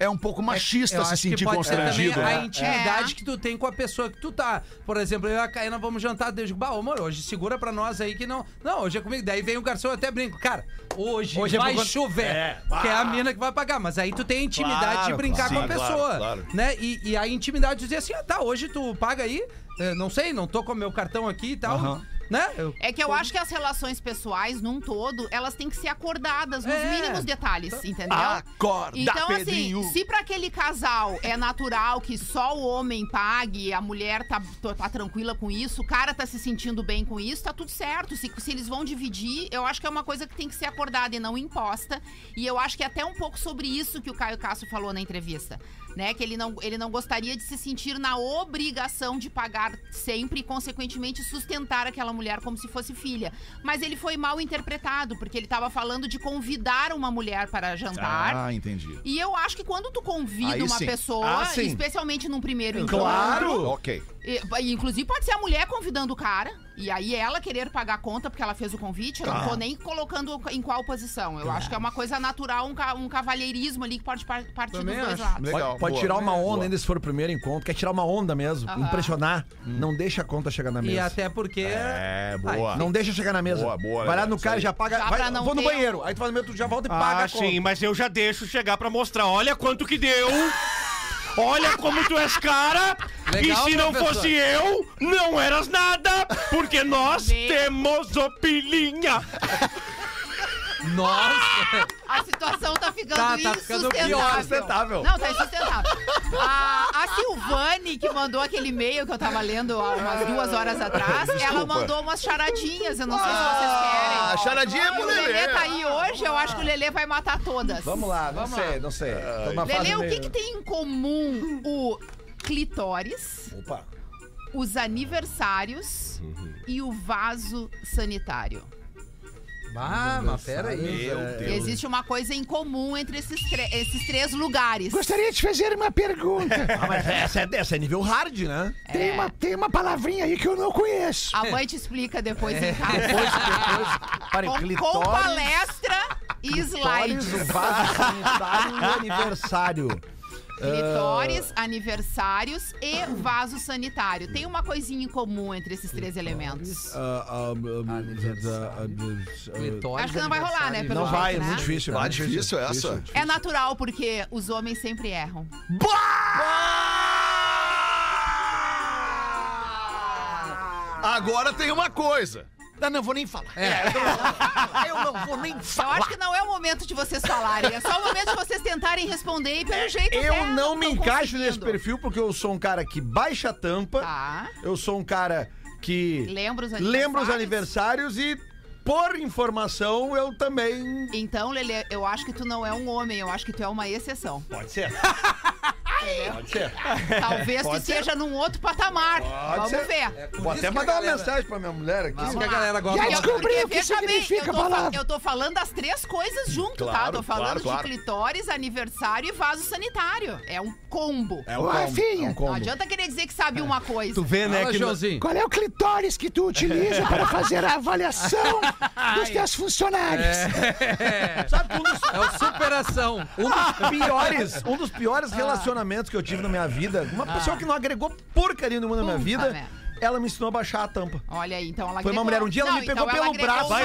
D: É um pouco machista
E: Eu
D: se
E: acho que
D: sentir
E: pode ser
D: constrangido.
E: também a
D: Né?
F: É.
E: intimidade que tu tem com a pessoa que tu tá. Por exemplo, eu e a Caína vamos jantar, eu digo, bah, ô, amor, hoje segura pra nós aí que não. Não, hoje é comigo. Daí vem o garçom, eu até brinco. Cara, hoje,
O: Hoje é
E: vai
O: por conta-
E: chover.
O: É.
E: Que é a mina que vai pagar. Mas aí tu tem a intimidade
O: Claro,
E: de brincar
O: claro.
E: com a
O: Sim, claro,
E: pessoa.
O: claro.
E: né? E, e a intimidade de dizer assim, ah, tá, hoje tu paga aí. eh, Não sei, não tô com o meu cartão aqui e tal.
O: Aham.
E: Né? Eu-
F: É que eu acho que as relações pessoais, num todo, elas têm que ser acordadas nos
E: É.
F: mínimos detalhes, entendeu?
D: Tá. Acorda,
F: Então,
D: Pedrinho.
F: assim, se pra aquele casal é natural que só o homem pague, a mulher tá, tô- tá tranquila com isso, o cara tá se sentindo bem com isso, tá tudo certo. Se, se eles vão dividir, eu acho que é uma coisa que tem que ser acordada e não imposta. E eu acho que é até um pouco sobre isso que o Caio Castro falou na entrevista. Né, que ele não, ele não gostaria de se sentir na obrigação de pagar sempre e, consequentemente, sustentar aquela mulher como se fosse filha. Mas ele foi mal interpretado, porque ele estava falando de convidar uma mulher para jantar.
D: Ah, entendi.
F: E eu acho que quando tu convida
D: Aí
F: uma
D: sim.
F: pessoa,
D: Ah, sim.
F: especialmente num primeiro encontro.
D: Ok.
F: e- e, inclusive pode ser a mulher convidando o cara, e aí é ela querer pagar a conta porque ela fez o convite, eu não
D: Claro.
F: tô nem colocando em qual posição. Eu acho que é uma coisa natural, um, ca- um cavalheirismo ali que pode par- partir É, dos dois lados.
L: pode pode tirar uma onda ainda se for o primeiro encontro. Quer tirar uma onda mesmo.
F: Aham.
L: Impressionar.
O: Hum.
L: Não deixa a conta chegar na mesa.
E: E até porque.
D: É, boa.
L: Não deixa chegar na mesa.
D: Boa, boa,
L: vai lá
D: Lelé,
L: no
D: isso
L: cara
D: aí.
L: e já paga.
D: Já
L: vai,
D: pra não
L: vou no
D: ter-
F: um-
L: banheiro. Aí tu vai no banheiro, tu já volta e paga
H: Ah,
L: a conta.
H: sim, mas eu já deixo chegar pra mostrar. Olha quanto que deu. Olha como tu és cara.
O: Legal,
H: e se não
O: professor.
H: fosse eu, não eras nada. Porque nós temos opilinha.
E: Nossa.
F: A situação tá ficando
O: Tá, tá
F: insustentável.
O: ficando pior, insustentável.
F: Não, tá insustentável. A, a Silvane, que mandou aquele e-mail que eu tava lendo há umas duas horas atrás, ela
O: Desculpa.
F: mandou umas charadinhas, eu não sei
L: Ah,
F: se vocês querem.
L: charadinha é pro
F: O Lelê
L: Lelê.
F: tá aí hoje, eu acho que o Lelê vai matar todas.
L: Vamos lá, não sei, não sei. Tô numa fase
F: Lelê, o que,
L: meio-
F: que tem em comum o clitóris,
L: Opa.
F: os aniversários e o vaso sanitário?
E: Ah, mas pera aí.
F: E Existe uma coisa em comum entre esses, tre- esses três lugares.
O: Gostaria de fazer uma pergunta.
L: Ah, mas essa é, dessa é nível hard, né?
O: Tem, uma, tem uma palavrinha aí que eu não conheço.
F: A mãe te explica depois em casa.
O: Depois, depois.
L: Parem,
F: com,
L: clitóris.
F: com palestra e
L: Clitóris,
F: slides.
L: o vaso sanitário e o aniversário.
F: Clitóris,
L: Ah.
F: aniversários e vaso sanitário. Tem uma coisinha em comum entre esses três elementos.
L: Ah, ah, ah, ah, ah,
E: Clitóris,
F: Acho que não vai rolar, né, pelo
L: Não
F: jeito,
L: vai, é
F: né?
L: muito difícil.
D: Ah,
L: muito
D: difícil essa.
L: difícil.
F: É natural, porque os homens sempre erram.
D: Agora tem uma coisa. Não, não vou nem falar.
F: Eu não vou nem falar. Eu acho que não é o momento de vocês falarem. É só o momento de vocês tentarem responder e pelo jeito
L: É, Eu
F: né,
L: não me
F: tão
L: encaixo
F: conseguindo.
L: nesse perfil porque eu sou um cara que baixa a tampa. Eu sou um cara que
F: Lembra os
L: lembra os aniversários e, por informação, eu também.
F: Então, Lelê, eu acho que tu não é um homem, eu acho que tu é uma exceção.
L: Pode ser. Pode ser.
F: Talvez tu
L: Pode ser.
F: seja num outro patamar. Vamos
L: ser.
F: ver.
L: Vou até mandar uma mensagem pra minha mulher aqui.
F: Vamos lá. Porque eu- porque veja bem, eu tô, fa- Eu tô falando das três coisas junto, tá? Eu
L: Claro,
F: tô falando
L: claro,
F: de
L: claro.
F: clitóris, aniversário e vaso sanitário. É um combo.
O: É um Ô, combo, Rafinha. é um combo.
F: Não adianta querer dizer que
L: É.
F: sabe uma coisa.
O: Tu vê, né? que no- Qual é o clitóris que tu utiliza para fazer a avaliação dos teus funcionários?
L: Sabe, um dos...
E: É o superação.
L: Um dos piores, um dos
F: Ah.
L: piores relacionamentos que eu tive na minha vida, uma pessoa que não agregou porcaria nenhuma na minha
F: Puta
L: vida,
F: merda.
L: ela me ensinou a baixar a tampa.
F: Olha aí, então ela
L: Foi uma
F: agregou.
L: mulher, um dia ela
F: Não,
L: me pegou
F: então
L: pelo
F: agregou
L: braço.
F: uma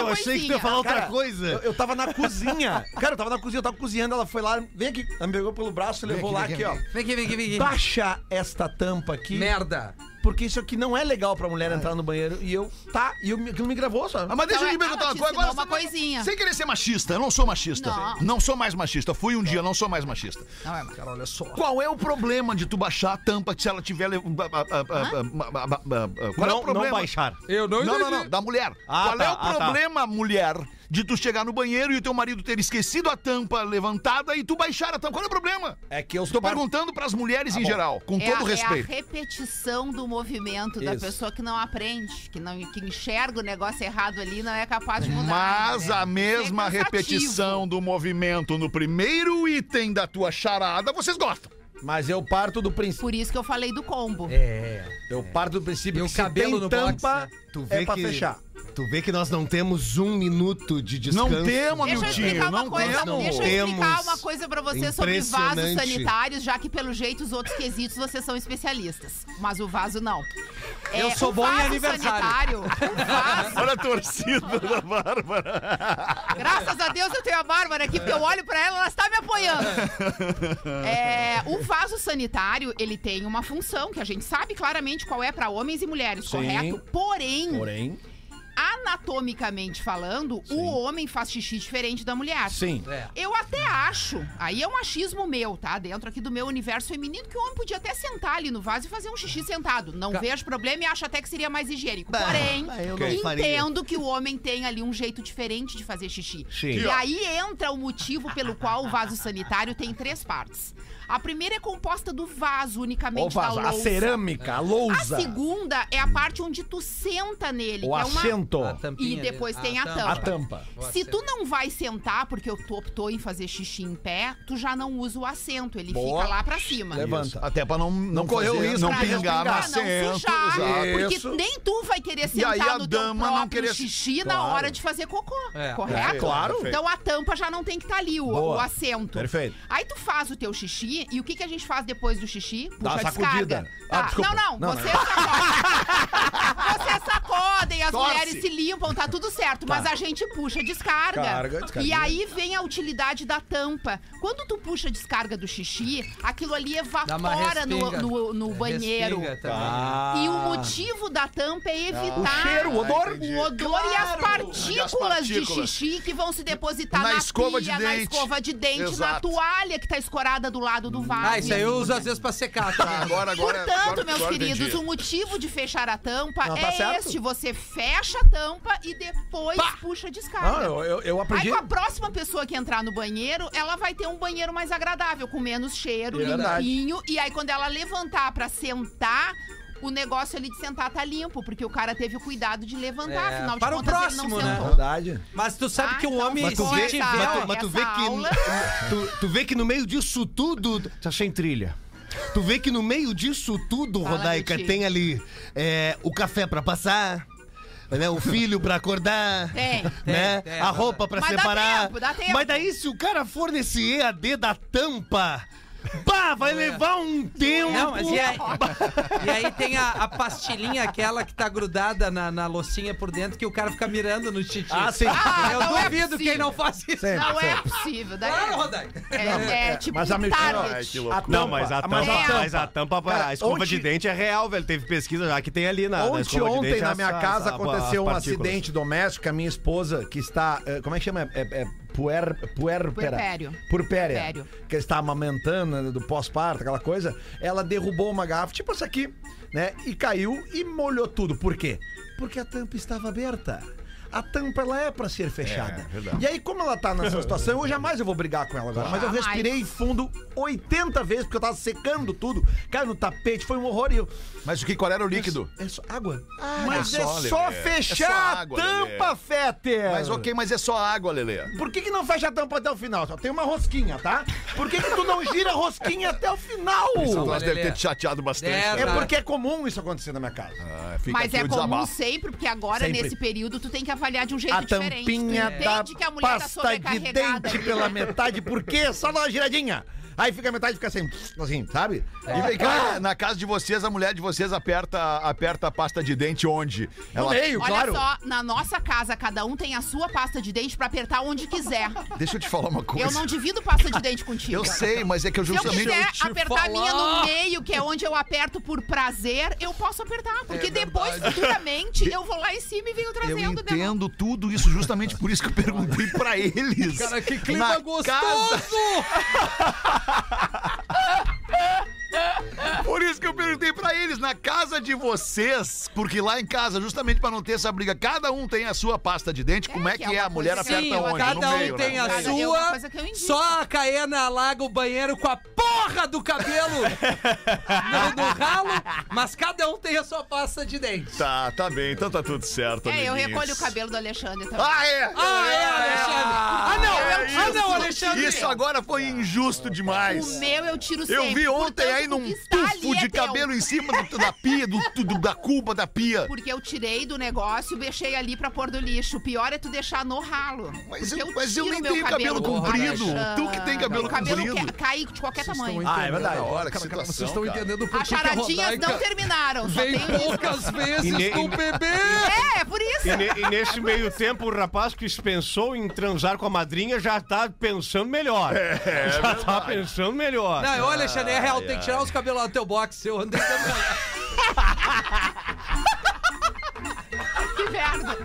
L: Cara, Eu, eu tava na cozinha. Cara, eu tava na cozinha, eu tava cozinhando, ela foi lá, vem aqui, ela me pegou pelo braço e levou
E: aqui,
L: lá
E: vem aqui,
L: aqui, ó.
E: vem aqui, vem aqui, vem aqui.
L: Baixa esta tampa aqui.
E: Merda.
L: Porque isso aqui não é legal pra mulher entrar no banheiro. E eu, tá, e eu, aquilo me gravou, sabe?
D: Ah, mas deixa
F: Então
D: eu te
F: é-
D: perguntar uma coisa.
F: ela te ensinou
D: agora
F: uma
D: sem-
F: coisinha.
D: Sem querer ser machista, eu não sou machista.
F: Não.
D: Não, sou mais machista. Fui um dia, não sou mais machista.
F: Não é mais.
L: Cara, olha só.
D: Qual é o problema de tu baixar a tampa se ela tiver. le- ba- ba- ba- ba- ba- ba- ba- ba- Qual é
O: Não-
D: o
O: não
D: problema?
O: baixar.
E: Eu não
D: Não, não,
O: entendi.
D: não. Da mulher.
O: Ah,
D: Qual é
O: tá,
D: o
O: ah, tá.
D: problema, mulher, de tu chegar no banheiro e o teu marido ter esquecido a tampa levantada e tu baixar a tampa? Qual é o problema?
L: É que eu
D: estou perguntando pras mulheres em geral, com
F: É
D: todo
F: a-
D: respeito.
F: É a repetição do movimento da
D: Isso.
F: pessoa que não aprende, que não que enxerga o negócio errado ali e não é capaz de mudar.
D: Mas
F: né?
D: a mesma
F: Isso é cansativo.
D: repetição do movimento no primeiro item da tua charada, vocês gostam.
L: Mas eu parto do princípio.
F: Por isso que eu falei do combo.
E: É.
L: Eu parto do princípio
E: E o
L: que
E: cabelo no
L: se tem
E: box,
L: tampa,
E: né?
M: Tu
L: é pra fechar.
M: Tu vê que nós não temos um minuto de descanso.
D: Não
L: É
D: temos,
F: Deixa eu
D: meu
F: explicar
D: tio.
F: uma
D: Não
F: coisa,
D: temos.
F: deixa eu explicar uma coisa pra vocês sobre vasos
M: Impressionante.
F: sanitários, já que pelo jeito os outros quesitos vocês são especialistas. Mas o vaso não. É,
E: Eu sou
F: o
E: bom em
F: vaso
E: aniversário.
F: sanitário, o vaso-
D: Olha a torcida da Bárbara.
F: graças a Deus eu tenho a Bárbara aqui, porque eu olho pra ela, ela está me apoiando. É, o vaso sanitário, ele tem uma função que a gente sabe claramente qual é pra homens e mulheres, correto?
L: Porém.
F: anatomicamente falando, o homem faz xixi diferente da mulher.
L: Sim.
E: É.
F: Eu até acho, aí é um achismo meu, tá? Dentro aqui do meu universo feminino, que o homem podia até sentar ali no vaso e fazer um xixi sentado. Não vejo problema e acho até que seria mais higiênico.
M: Bah,
F: Porém,
M: bah, eu não faria.
F: entendo que o homem tem ali um jeito diferente de fazer xixi.
D: Sim.
F: E aí entra o motivo pelo qual o vaso sanitário tem três partes. A primeira é composta do vaso unicamente
L: O vaso,
F: da
L: a
F: louça.
L: cerâmica, a
F: A
L: lousa,
F: segunda é a parte onde tu senta nele,
L: o
F: que é uma
L: assento,
E: A tampinha
F: e depois
E: dele. Ah,
F: tem a
L: a
F: tampa.
L: tampa.
F: Se tu não vai sentar, porque tu optou em fazer xixi em pé, tu já não usa o assento, ele
L: Boa.
F: fica lá pra cima.
L: Levanta.
D: Até pra não, não,
L: correr o
D: fazer-
L: risco
D: não
L: de
D: pingar no
L: respingar.
F: Pra não
D: assento.
F: sujar, porque
L: Isso.
F: nem tu vai querer
D: E aí
F: sentar
D: a
F: no
D: dama
F: teu
D: não
F: próprio
D: querer-
F: xixi
L: Claro.
F: na hora de fazer cocô,
E: É.
F: correto?
D: É, claro.
F: Então a tampa já não tem que estar ali, o,
L: Boa.
F: o assento.
L: Perfeito.
F: Aí tu faz o teu xixi, e o que, que a gente faz depois do xixi? Puxa
L: Dá uma
F: a
L: sacudida.
F: descarga.
L: Ah,
F: Tá.
L: desculpa.
F: não, não,
L: Não,
F: vocês sacodem. vocês sacodem, as
D: Torce.
F: mulheres se limpam, tá tudo certo. Mas a gente puxa a descarga.
L: Carga, descarga.
F: E aí vem a utilidade da tampa. Quando tu puxa a descarga do xixi, aquilo ali é
E: Dá uma
F: evapora no,
E: respinga.
F: no- no
E: É,
F: banheiro. Tá.
E: respinga também.
F: E o motivo da tampa é evitar Ah,
L: O cheiro, o odor.
F: o odor e as partículas,
D: E as partículas.
F: de xixi que vão se depositar
D: Na
F: na,
D: escova de
F: pia, na
D: dente.
F: escova de dente, na
D: Exato.
F: toalha que tá escorada do lado do vaso.
E: Ah, isso aí eu uso às vezes pra secar. Tá?
D: Agora, agora,
F: Portanto,
D: agora-
F: meus
D: agora
F: queridos, um
D: entendi.
F: o motivo de fechar a tampa
L: Não, tá
F: é
L: certo.
F: este. Você fecha a tampa e depois puxa a descarga.
L: Não, eu, eu, eu aprendi.
F: Aí com a próxima pessoa que entrar no banheiro, ela vai ter um banheiro mais agradável, com menos cheiro,
L: É verdade.
F: limpinho. E aí quando ela levantar pra sentar, o negócio ali de sentar tá limpo, porque o cara teve o cuidado de levantar,
E: É,
F: afinal de
E: para o
F: contas ele
E: próximo,
F: não
E: né?
F: sentou.
L: Verdade.
E: Mas tu sabe
F: Ah,
E: que o
F: então
E: homem,
M: Mas tu
F: Sim,
M: vê,
F: essa-
E: um-
M: mas tu- mas tu
F: essa
M: vê que.
F: aula-
M: Tu, tu vê que no meio disso tudo. Tá sem trilha. Tu vê que no meio disso tudo,
F: Fala,
M: Rodaica,
F: Betinho.
M: tem ali é, o café pra passar. Né, o filho pra acordar,
F: Tem.
M: né?
E: Tem, tem,
M: a roupa pra
F: Mas dá
M: separar.
F: tempo, dá tempo.
M: Mas daí se o cara for nesse EAD da tampa, bah,
F: É.
M: vai levar um tempo.
E: Não, mas
F: assim,
E: e aí, e aí tem a, a pastilhinha aquela que tá grudada na, na loucinha por dentro que o cara fica mirando no xixi.
L: Ah, sim.
F: Ah,
E: Eu
F: não é
E: duvido
F: possível.
E: quem não faz isso.
F: Não é possível. Daí
E: né? Claro, Rodaica.
F: é, é, tipo
L: mas a
F: um
L: mexer-
D: Ai,
F: target.
D: que loucura.
L: Não,
H: mas a tampa,
L: Mas a tampa.
H: mas a tampa,
L: Cara,
H: a escova
L: ontem-
H: de dente é real, velho. Teve pesquisa já que tem ali na, na
L: Ontem,
H: escova de
L: ontem
H: dente
L: na
H: as-
L: minha
H: as-
L: casa
H: as- as
L: aconteceu um
H: partículas.
L: acidente doméstico. A minha esposa, que está. eh, Como é que chama? É, é puer, puer, pera-
F: Puerpério.
L: Purpéria.
F: Puerpério.
L: Que está amamentando né, do pós-parto, aquela coisa. Ela derrubou uma garrafa, tipo essa aqui, né? E caiu e molhou tudo. Por quê? Porque a tampa estava aberta. A tampa ela é pra ser fechada. e aí, como ela tá nessa situação, eu jamais eu vou brigar com ela agora. Mas eu
F: Jamais.
L: respirei fundo 80 vezes, porque eu tava secando tudo. Caiu no tapete, foi um horror e eu.
D: Mas o que, qual era o líquido?
L: É só água. mas
D: é
L: é
D: só,
L: só, né?
D: Lelê.
L: fechar
D: É só
L: a
D: água, Lelê.
L: tampa, Fetter.
D: Mas ok, mas é só água, Lelê.
L: Por que, que não fecha a tampa até o final? Só tem uma rosquinha, tá? Por que, que tu não gira a rosquinha até o final?
D: Esse troço deve
E: Lelê.
D: ter te chateado bastante.
E: É,
D: né?
L: É porque é comum isso acontecer na minha casa.
D: Ah, fica
F: Mas
D: aqui
F: é
D: o
F: comum
D: desabafo.
F: sempre, porque agora,
L: Sempre.
F: nesse período, tu tem que avaliar de um jeito
L: A
F: diferente.
L: tampinha
F: tu
L: da
F: entende que a mulher tá
L: pasta de
F: sobrecarregada
L: dente
F: ali, né?
L: pela metade, por quê? Só dá uma giradinha. Aí fica a metade fica assim, assim, sabe?
D: E vem cá, na casa de vocês, a mulher de vocês aperta, aperta a pasta de dente onde?
L: No meio,
F: Olha
L: É claro.
F: só, na nossa casa, cada um tem a sua pasta de dente pra apertar onde quiser.
D: Deixa eu te falar uma coisa.
F: Eu não divido pasta de dente contigo.
D: Eu sei, mas é que eu
F: Se eu
D: justamente.
F: quiser
D: te
F: apertar a minha
E: falar.
F: no meio, que é onde eu aperto por prazer, eu posso apertar. Porque depois, futuramente, eu vou lá em cima e venho
D: É Eu
F: trazendo de novo.
D: entendo tudo isso, justamente por isso que eu perguntei pra eles.
E: Cara, que clima
D: Na
E: gostoso!
D: casa- Por isso que eu eu perguntei pra eles, na casa de vocês, porque lá em casa, justamente pra não ter essa briga, cada um tem a sua pasta de dente, como é que, é? A mulher aperta
E: Sim,
D: onde?
E: cada
D: no
E: um
D: meio,
E: tem
D: né?
E: a
D: Cara, eu-
E: sua. só a Caena alaga o banheiro com a porra do cabelo no, no ralo, mas cada um tem a sua pasta de dente.
D: Tá, tá bem, então tá tudo certo.
F: É, eu
D: amiguinhos.
F: recolho o cabelo do Alexandre também.
D: Ah, é!
E: Ah, é, Alexandre! Ah, não!
D: É
E: ah, não,
D: isso.
E: Alexandre!
F: é
D: Isso agora foi injusto demais.
F: O meu eu tiro sempre.
D: Eu vi ontem
F: portanto,
D: aí
F: o
D: num
F: que está
D: tufo
F: ali é
D: de
F: teu.
D: cabelo em cima do- da pia, do, do- da culpa da pia.
F: Porque eu tirei do negócio, deixei ali pra pôr do lixo. O pior é tu deixar no ralo.
D: Mas
F: Porque
D: eu- mas eu
F: tiro
D: nem
F: meu
D: tenho cabelo comprido. Tu que tem cabelo
F: O cabelo
D: comprido.
F: que- cai de qualquer tamanho.
D: Ah, é verdade.
N: Cara,
D: Olha que
N: cara,
D: situação,
N: vocês estão
D: cara.
N: entendendo por
F: As
N: que que a
F: charadinhas não
N: Rodaica
F: terminaram. Só
N: Vem
F: tem o
N: poucas
H: E
N: vezes
H: ne-
N: com o bebê!
F: É, é por isso.
H: E, ne- e nesse meio tempo, o rapaz que pensou em transar com a madrinha já tá pensando melhor.
D: É,
H: já tá pensando melhor.
E: Não, olha, Alexandre, é real, tem que tirar os cabelos lá do teu box, eu andei dando-
F: Que merda.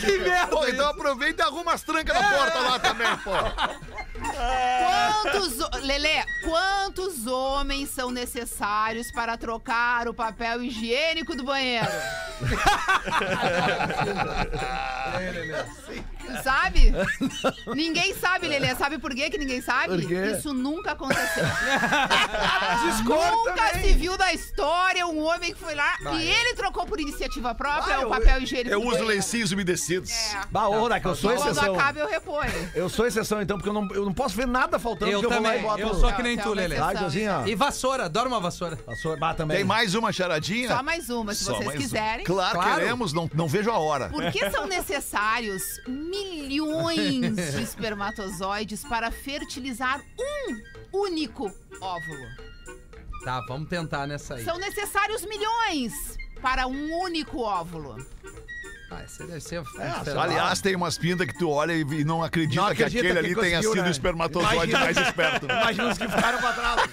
E: Que merda!
D: Pô, então aproveita e arruma as trancas
F: É.
D: na porta lá também, pô.
F: Quantos, Lelê, quantos homens são necessários para trocar o papel higiênico do banheiro? Tu sabe? Ninguém sabe, Lelê. Sabe por quê que ninguém sabe?
M: Por quê?
F: Isso nunca aconteceu.
M: Discordo
F: nunca
M: também.
F: se viu na história um homem que foi lá e ele trocou por iniciativa própria
L: Ah,
F: o
L: eu-
F: papel higiênico
D: Eu
F: do
D: uso
F: banheiro.
D: lencinhos umedecidos.
F: É.
L: Bah, ô, Rodak, eu
E: Tá
L: sou
F: E Quando
L: exceção.
F: acaba, eu reponho.
L: Eu sou exceção, então, porque eu não, eu não posso ver nada faltando.
E: Eu
L: porque eu vou então lá
E: também,
L: e boto. um
E: eu sou que nem
F: Não,
E: tu,
F: não,
E: Lelê.
F: não,
L: Ai, Josinha,
E: E vassoura, adoro uma vassoura.
L: a sua- bah, também.
D: Tem mais uma charadinha?
F: Só mais uma, se
D: Só
F: vocês
D: mais um.
F: quiserem.
D: Claro,
E: Claro.
D: queremos, não, não vejo a hora.
F: Por que são necessários milhões de espermatozoides para fertilizar um único óvulo?
E: Tá, vamos tentar nessa aí.
F: São necessários milhões para um único óvulo.
E: Ah, esse deve ser...
L: É,
D: Aliás, tem umas pintas que tu olha e e não acredita,
L: Não
D: que
L: acredita
D: aquele
L: que
D: ali tenha
L: conseguiu,
D: sido
L: né?
D: o espermatozoide
L: Imagina.
D: mais esperto.
L: Imagina os que ficaram pra trás.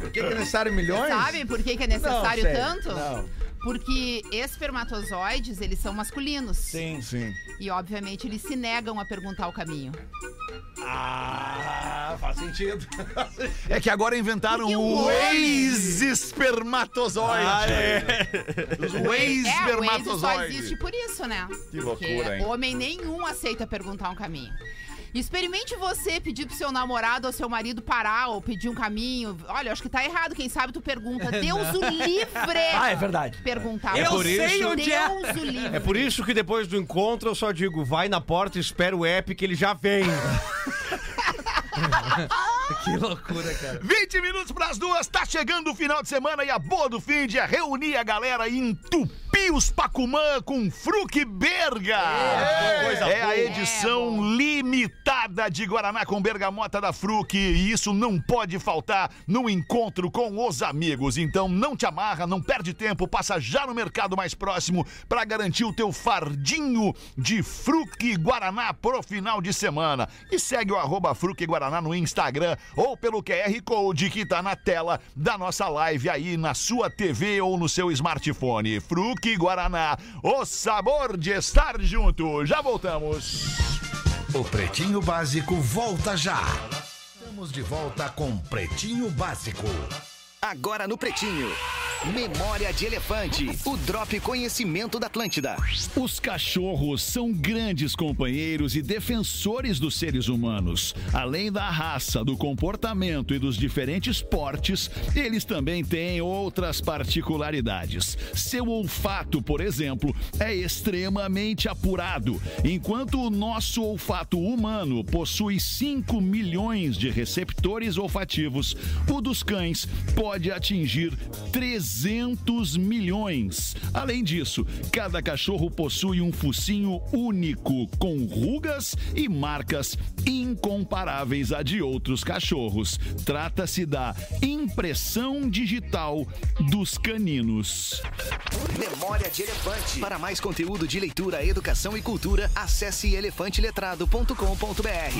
L: Por que, que é necessário milhões?
F: Sabe por que, que é necessário
L: Não, sei.
F: tanto?
L: Não.
F: Porque espermatozoides, eles são masculinos.
L: Sim.
D: Sim.
F: E, obviamente, eles se negam a perguntar o caminho.
L: Ah, faz sentido.
D: É que agora inventaram
F: Porque o
D: o
F: homem-
D: ex-espermatozoide.
L: Ah,
D: Os
F: É, o Waze só existe
D: ex-espermatozoide.
F: por isso, né?
D: Que loucura, hein?
F: homem nenhum aceita perguntar um caminho. Experimente você pedir pro seu namorado ou seu marido parar ou pedir um caminho. Olha, eu acho que tá errado. Quem sabe tu pergunta.
E: É,
F: Deus o livre!
L: Ah, é verdade.
F: Perguntar.
H: É por isso-
E: sei onde é.
F: Deus o livre.
H: É por isso que depois do encontro eu só digo, vai na porta, espera o app que ele já vem.
E: Que loucura, cara.
D: 20 minutos pras duas, tá chegando o final de semana e a boa do fim de é reunir a galera e entupir os Pacumã com Fruque Berga. É, a
F: É,
D: edição
F: bom.
D: limitada de Guaraná com Bergamota da Fruque e isso não pode faltar no encontro com os amigos. Então não te amarra, não perde tempo, passa já no mercado mais próximo pra garantir o teu fardinho de Fruque Guaraná pro final de semana. E segue o arroba Fruque Guaraná no Instagram ou pelo QR Code que tá na tela da nossa live aí na sua TV ou no seu smartphone. Fruque Guaraná, o sabor de estar junto. Já voltamos.
A: O Pretinho Básico volta já. Estamos de volta com Pretinho Básico.
P: Agora no Pretinho. Memória de Elefante, o Drop Conhecimento da Atlântida.
A: Os cachorros são grandes companheiros e defensores dos seres humanos. Além da raça, do comportamento e dos diferentes portes, eles também têm outras particularidades. Seu olfato, por exemplo, é extremamente apurado, enquanto o nosso olfato humano possui 5 milhões de receptores olfativos, o dos cães pode atingir 300 milhões. Além disso, cada cachorro possui um focinho único, com rugas e marcas incomparáveis à de outros cachorros. Trata-se da impressão digital dos caninos.
P: Memória de Elefante. Para mais conteúdo de leitura, educação e cultura, acesse elefanteletrado.com.br.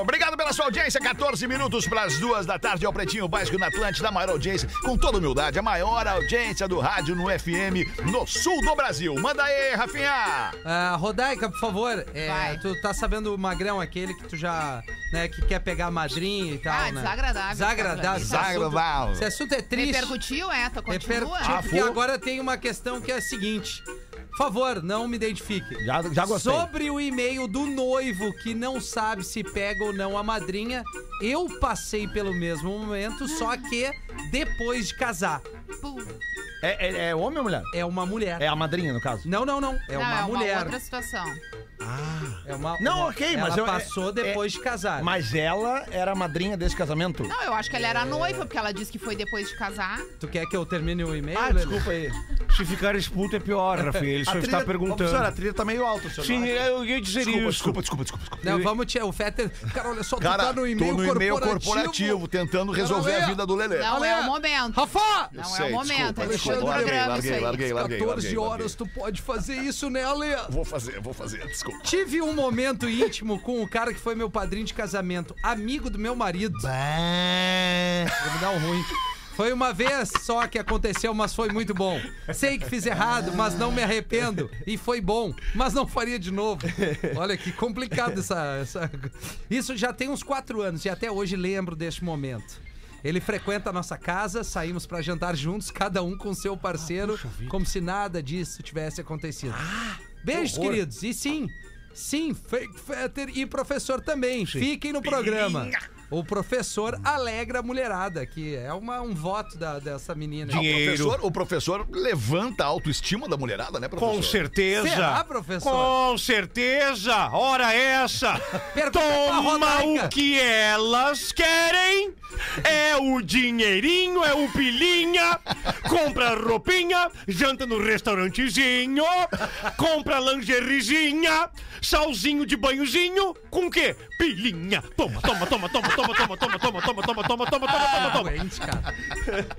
D: Obrigado pela sua audiência. 14 minutos para as duas da tarde. É o Pretinho Básico na Atlântida, a maior audiência, com toda humildade, a maior audiência do rádio no FM no sul do Brasil. Manda aí, Rafinha!
E: Ah, Rodaica, por favor, é,
F: Vai.
E: tu tá sabendo o magrão aquele que tu já né, que quer pegar a madrinha e tal.
F: Ah,
E: né?
F: desagradável.
E: Desagradável. Esse assunto-
D: Desagradável.
E: Esse assunto é triste.
F: Repercutiu, é? Tu continua?
D: Ah,
E: Repercutiu,
L: Ah,
E: porque agora tem uma questão que é a seguinte. Por favor, não me identifique.
L: Já- já gostei.
E: Sobre o e-mail do noivo que não sabe se pega ou não a madrinha, eu passei pelo mesmo momento, só que depois de casar.
F: Tipo,
L: É, é- é homem ou mulher?
E: É uma mulher.
L: É a madrinha, no caso?
E: Não, não, não. É
F: Não,
E: uma
F: é uma
E: mulher.
F: outra situação.
E: É uma,
L: Não,
E: uma-
L: ok,
E: ela
L: mas eu-
E: passou
L: é-
E: depois de casar.
L: Mas ela era a madrinha desse casamento?
F: Não, eu acho que ela
D: É.
F: era noiva, porque ela disse que foi depois de casar.
E: Tu quer que eu termine o e-mail?
L: Ah,
E: Lelê?
L: desculpa aí.
H: Se ficar expulso é pior, Rafinha. Ele
L: A
H: só
L: trilha-
H: está tá perguntando.
L: Ô, senhora, a trilha tá meio alta, senhor.
H: Sim,
L: não acha?
H: eu ia dizer
D: Desculpa,
H: isso.
D: desculpa, desculpa, desculpa, desculpa.
E: Não, vamos, tia, o Fetter. Cara, olha só,
D: Cara,
E: tu tá no e-mail,
D: tô no e-mail
E: corporativo.
D: corporativo, tentando resolver
E: Olha,
D: a vida do Lelê.
F: Não é o momento.
E: Rafa!
D: Eu
F: Não é o
D: sei,
F: momento.
D: desculpa,
F: é depois
D: desculpa.
F: do
D: Larguei,
F: programa
D: larguei,
F: isso aí.
D: larguei, larguei,
E: 14
D: larguei, larguei.
E: horas tu pode fazer isso, né, Ale?
D: Vou fazer, vou fazer, desculpa.
E: Tive um momento íntimo com o cara que foi meu padrinho de casamento, amigo do meu marido. Vou me dar um ruim. Foi uma vez só que aconteceu, mas foi muito bom. Sei que fiz errado, mas não me arrependo. E foi bom, mas não faria de novo. Olha que complicado essa. essa- Isso já tem uns quatro anos e até hoje lembro deste momento. Ele frequenta a nossa casa, saímos pra jantar juntos, cada um com seu parceiro, como se nada disso tivesse acontecido. Beijos,
L: horror.
E: queridos. E sim, sim, Fake Fetter e professor também. Fiquem no programa. O professor alegra a mulherada, que é uma, um voto da- dessa menina.
D: Ah, o, professor, o professor levanta a autoestima da mulherada, né, professor?
H: Com certeza.
E: Será, professor?
H: Com certeza. Ora essa.
E: Pergunta pra
H: Toma
E: Rodaica.
H: o que elas querem. É o dinheirinho, é o pilinha. Compra roupinha, janta no restaurantezinho, compra lingeriezinha, salzinho de banhozinho, com o quê? Pilinha. Toma, toma, toma, toma, toma, toma, toma, toma, toma, toma, toma, toma, toma, toma.
E: Doente, cara.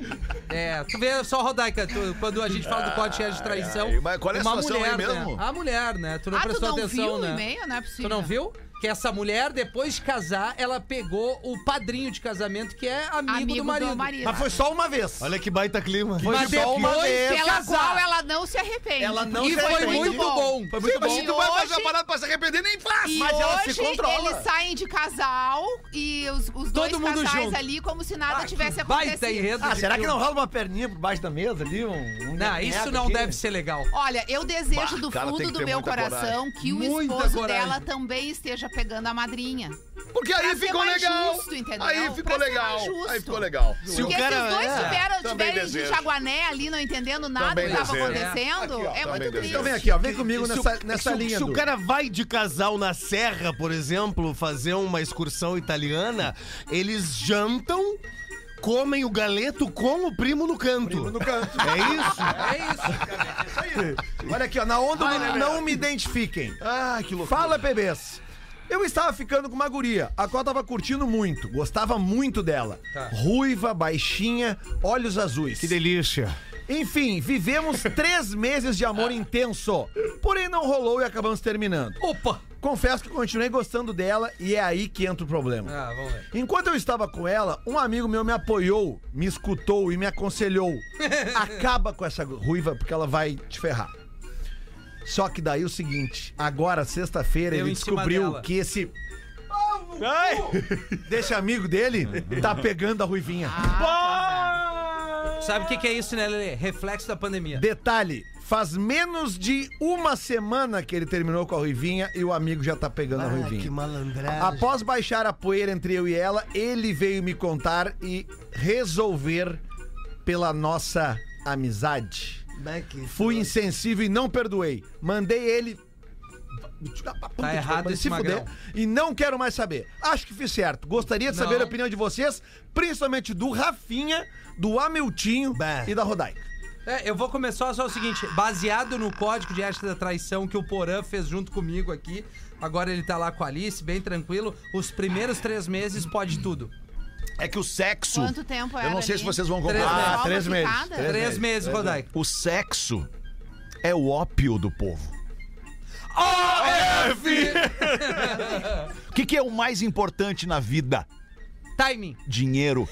E: É, tu vê só, Rodaica, tu- quando a gente fala do código de traição.
D: Ai, mas qual é a
E: uma
D: situação aí
E: mulher, né?
D: mesmo?
E: A mulher, né? Tu não
F: Ah, tu
E: prestou
F: não
E: atenção,
F: viu o
E: né?
F: e-mail? Não é possível.
E: Tu não viu? Que essa mulher, depois de casar, ela pegou o padrinho de casamento, que é amigo,
F: Amigo
E: do marido. Tá
F: do marido.
L: Mas foi só uma vez.
M: Olha que baita clima.
L: Foi
E: Mas é
L: só uma
E: depois
L: vez.
F: Pela
E: casar.
F: qual ela não se arrepende.
L: Ela não
E: E
L: se
E: foi
L: arrepende.
E: muito bom.
L: Foi muito
F: Sim, mas
L: bom.
F: tu não vai fazer a parada
D: pra se arrepender, nem faz!
F: E
L: Mas
F: hoje
L: ela se controla.
F: eles saem de casal e os, os dois
E: Todo mundo
F: casais
E: junto.
F: ali como se nada
E: Ah,
F: tivesse
E: que
F: acontecido.
E: baita enredo.
L: Ah,
E: de
L: será que
E: filme.
L: não rola uma perninha por baixo da mesa ali? Um, um
E: Não, é. isso
L: boneco
E: não
L: aqui?
E: deve ser legal.
F: Olha, eu desejo
D: Bah,
F: do
D: cara, tem
F: fundo
D: que
F: do
D: ter
F: meu
D: muita
F: coração que o
E: Muita
F: esposo
E: coragem.
F: dela também esteja pegando a madrinha.
D: Porque aí
F: Pra ser
D: ficou
F: mais
D: legal.
F: justo, entendeu?
D: aí
F: Pra
D: ficou
F: ser
D: legal.
F: mais justo.
D: Aí ficou legal.
F: Se Porque se os dois tiveram,
D: é. também
F: tiverem de
D: desejo.
F: jaguané ali, não entendendo nada
D: Também
F: que estava
D: desejo. Aqui,
F: acontecendo,
D: ó,
F: é
D: também
F: muito
D: desejo.
F: triste.
L: Então vem aqui, ó. Vem comigo
M: Se o-
L: nessa, nessa
M: se, o-
L: linha.
M: Se o
L: Du.
M: cara vai de casal na serra, por exemplo, fazer uma excursão italiana, eles jantam, comem o galeto com o primo no canto.
L: no canto.
M: É isso?
E: É isso.
L: Olha aqui, ó. Na onda do não me identifiquem.
D: Ah, que loucura.
L: Fala, bebês. Eu estava ficando com uma guria, a qual tava curtindo muito, gostava muito dela.
E: Tá.
L: Ruiva, baixinha, olhos azuis.
H: Que delícia.
L: Enfim, vivemos três meses de amor intenso. Porém, não rolou e acabamos terminando.
E: Opa!
L: Confesso que continuei gostando dela e é aí que entra o problema.
E: Ah, vamos ver.
L: Enquanto eu estava com ela, um amigo meu me apoiou, me escutou e me aconselhou. Acaba com essa ruiva porque ela vai te ferrar. Só que daí o seguinte, agora sexta-feira
E: Deu
L: ele
E: em cima
L: descobriu
E: dela.
L: que esse desse amigo dele tá pegando a ruivinha.
E: Sabe o que, que é isso, né, Lelê? Reflexo da pandemia.
L: Detalhe, faz menos de uma semana que ele terminou com a ruivinha e o amigo já tá pegando a
M: Ah,
L: ruivinha.
M: que malandragem.
L: Após baixar a poeira entre eu e ela, ele veio me contar e resolver pela nossa amizade.
M: Bah, que
L: Fui insensível e não perdoei. Mandei ele. Puta,
E: Tá errado
L: mano,
E: esse
L: se fuder.
E: magrão.
L: E não quero mais saber. Acho que fiz certo. Gostaria de saber
E: Não.
L: a opinião de vocês, principalmente do Rafinha, do Amiltinho
M: Bah.
L: e da Rodaica.
E: É, eu vou começar só o seguinte, baseado no código de ética da traição que o Porã fez junto comigo aqui, agora ele tá lá com a Alice, bem tranquilo, os primeiros três meses pode tudo.
D: É que o sexo.
F: Quanto tempo
D: Eu
F: era
D: não sei
F: ali?
D: se vocês vão
E: Três
D: concordar.
E: meses.
L: três meses.
E: Três, meses, Rodaica.
D: O sexo é o ópio do povo. O que, que é o mais importante na vida?
E: Timing.
D: Dinheiro.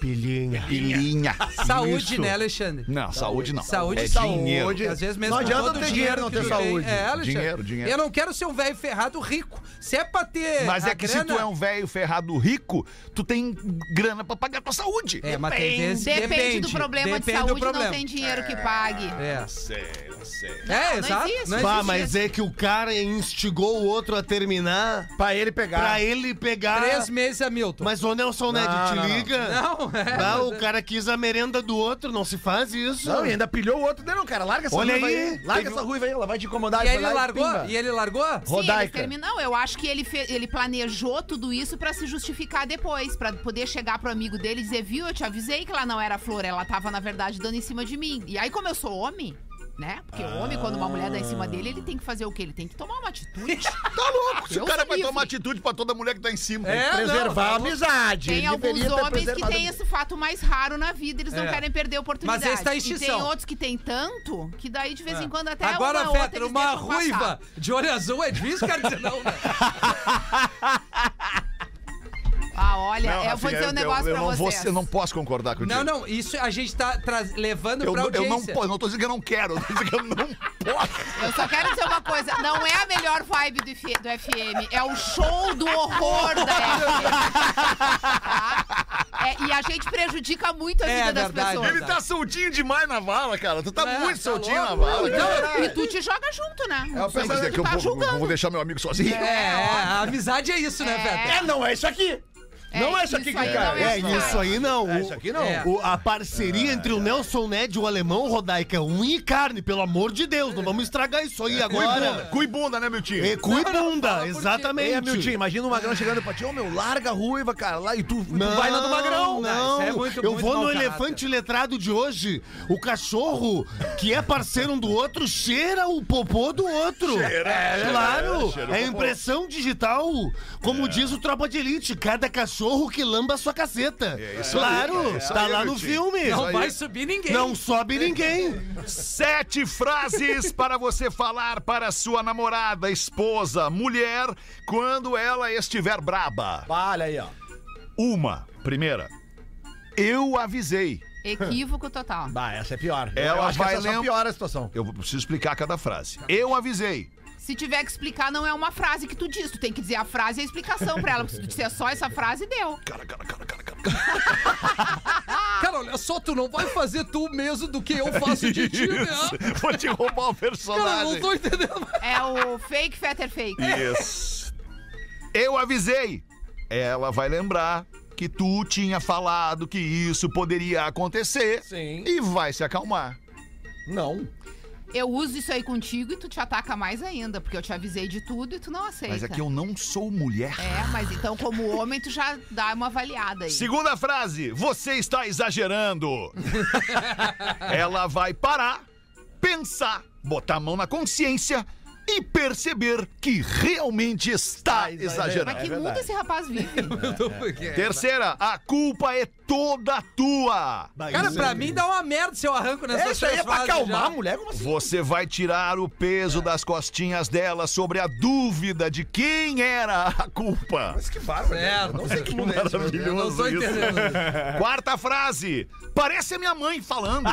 M: Pilinha.
D: Pilinha.
E: Saúde,
D: Isso.
E: né, Alexandre?
D: Não, saúde não.
E: Saúde,
D: É
E: saúde. assim,
D: dinheiro.
E: Às vezes mesmo
D: Não
E: com
D: adianta
E: todo
D: ter
E: o
D: dinheiro, não
E: que
D: ter
E: tu tem.
D: saúde.
E: É, Alexandre.
D: Dinheiro, dinheiro.
E: Eu não quero ser um velho ferrado rico. Se é pra ter
D: Mas
E: a
D: é que se
E: grana-
D: tu é um velho ferrado rico, tu tem grana pra pagar tua saúde.
E: É, mas tem vezes-
F: Depende, do problema de
E: depende do
F: saúde, não
E: problema.
F: tem dinheiro que pague.
E: É.
D: Sei, eu sei.
F: É, Não, não exato, existe. não
M: Pá,
F: existe
M: mas
F: isso.
M: é que o cara instigou o outro a terminar.
L: Pra ele pegar.
M: Pra ele pegar.
E: Três meses, Hamilton.
M: Mas, ô Nelson Ned,
L: Não,
M: te
L: não, não.
M: liga.
L: Não, é.
M: Bah, o cara quis a merenda do outro, não se faz isso.
L: Não, e ainda pilhou o outro. Não, não, cara, larga essa
M: Olha
L: ruiva
M: aí.
L: Larga
M: Teve um-
L: essa ruiva aí, ela vai te incomodar.
E: E
L: foi
E: ele
L: lá
E: largou?
L: pimba.
E: E ele largou?
F: Sim, ele
L: Rodaica.
F: terminou. Eu acho que ele, fe- ele planejou tudo isso pra se justificar depois, pra poder chegar pro amigo dele e dizer, viu, eu te avisei que ela não era flor, ela tava, na verdade, dando em cima de mim. E aí, como eu sou homem, né? Porque o homem, quando uma mulher dá em cima dele, ele tem que fazer o quê? Ele tem que tomar uma atitude.
D: Tá louco? Se o
F: Deus
D: cara
F: me
D: vai
F: livre.
D: tomar atitude pra toda mulher que tá em cima.
L: É,
D: Tem que
L: não, tá louco.
F: Tem alguns
L: deveria ter
F: homens que
L: preservado
F: têm
L: a-
F: esse fato mais raro na vida, eles não
E: É.
F: querem perder a oportunidade.
E: Mas esse tá em
F: e tem
E: extinção. É.
F: outros que tem tanto, que daí de vez em quando até
E: Agora,
F: uma outra
E: Fetra,
F: eles
E: uma
F: deixam passar.
E: ruiva de olho azul é difícil, cara, dizer não, né?
F: Ah, olha,
D: Não,
F: eu vou
D: Rafinha,
F: dizer um negócio
D: eu
F: pra
D: não vou-
F: vocês.
D: eu não posso concordar contigo.
E: Não, não, isso a gente tá traz- levando
D: Eu,
E: pra
D: não- eu não,
E: audiência.
D: po- eu não tô dizendo que eu não quero, eu tô dizendo que eu não posso.
F: Eu só quero dizer uma coisa, não é a melhor vibe do, F- do FM, é o show do horror da FM. Tá? É, e a gente prejudica muito a
D: É
F: vida das
D: verdade,
F: pessoas.
D: Ele tá soltinho demais na vala, cara. Tu tá
F: É,
D: muito
F: tá
D: soltinho
F: louco.
D: na vala.
F: Não,
D: cara.
F: e tu te joga junto, né?
D: É, eu pensei,
F: Mas
D: é que eu
F: tá
D: vou,
F: julgando.
D: vou deixar meu amigo sozinho.
E: É, é, a amizade é isso, né, Fetra?
L: É, não, é isso aqui. não é isso aqui, cara.
M: É,
F: assim.
M: isso aí não.
L: É, isso aqui não. É,
M: O- o- a parceria entre o Nelson Ned e o alemão Rodaica, unha e carne, pelo amor de Deus. Não vamos estragar isso
L: É,
M: aí agora.
D: Cui bunda, né, meu tio?
M: É, cui bunda, exatamente.
L: É, meu tio, imagina o Magrão chegando pra ti, ô meu, larga a ruiva, cara, lá e tu, tu
M: Não,
L: vai lá do Magrão. é
M: Não,
E: é
M: eu vou no elefante letrado de hoje. O cachorro, que é parceiro um do outro, cheira o popô do outro.
D: Cheira, cheira,
M: claro,
D: cheira o
M: é
D: popô.
M: impressão digital.
L: É.
M: Como diz o Tropa de Elite, cada cachorro que lamba a sua caceta.
D: isso aí,
M: claro,
D: é isso
M: tá
D: aí,
M: lá
D: meu
M: no
D: tio.
M: filme.
D: Isso aí. Não vai
E: subir ninguém.
M: Não sobe ninguém.
D: Sete frases para você falar para sua namorada, esposa, mulher, quando ela estiver braba.
L: Olha aí, ó.
D: Uma, primeira. Eu avisei.
F: Equívoco total.
L: Bah, essa é pior.
D: Ela
L: eu acho
D: vai
L: que essa é
D: lem-
L: só piora a situação.
D: Eu preciso explicar cada frase. Eu avisei.
F: Se tiver que explicar, não é uma frase que tu diz. Tu tem que dizer a frase e a explicação pra ela. Porque se tu disser só essa frase, deu.
D: Cara, cara, cara, cara, cara.
E: Cara, olha só, tu não vai fazer tu mesmo do que eu faço de ti, né?
D: Isso. Vou te roubar o
E: Cara, eu
D: personagem.
E: não tô entendendo.
F: É o fake fetter fake.
D: Isso. Eu avisei. Ela vai lembrar que tu tinha falado que isso poderia acontecer
L: Sim.
D: e vai se acalmar.
L: Não.
F: Eu uso isso aí contigo e tu te ataca mais ainda. Porque eu te avisei de tudo e tu não aceita.
D: Mas é um que eu não sou mulher.
F: É, mas então como homem tu já dá uma avaliada aí.
D: Segunda frase. Você está exagerando. Ela vai parar, pensar, botar a mão na consciência e perceber que realmente está exagerando.
F: Mas que mundo esse rapaz vive?
L: É.
D: Terceira, a culpa é toda tua.
E: Cara,
M: é
E: pra mim dá uma merda se eu arranco nessa
L: Essa aí é pra acalmar a mulher, como assim?
D: Você vai tirar o peso das costinhas dela sobre a dúvida de quem era a culpa.
L: Mas que bárbaro.
E: É,
L: Não sei que mundo é esse.
E: eu não tô
D: Maravilhoso isso.
E: entendendo.
D: Quarta frase. Parece a minha mãe falando.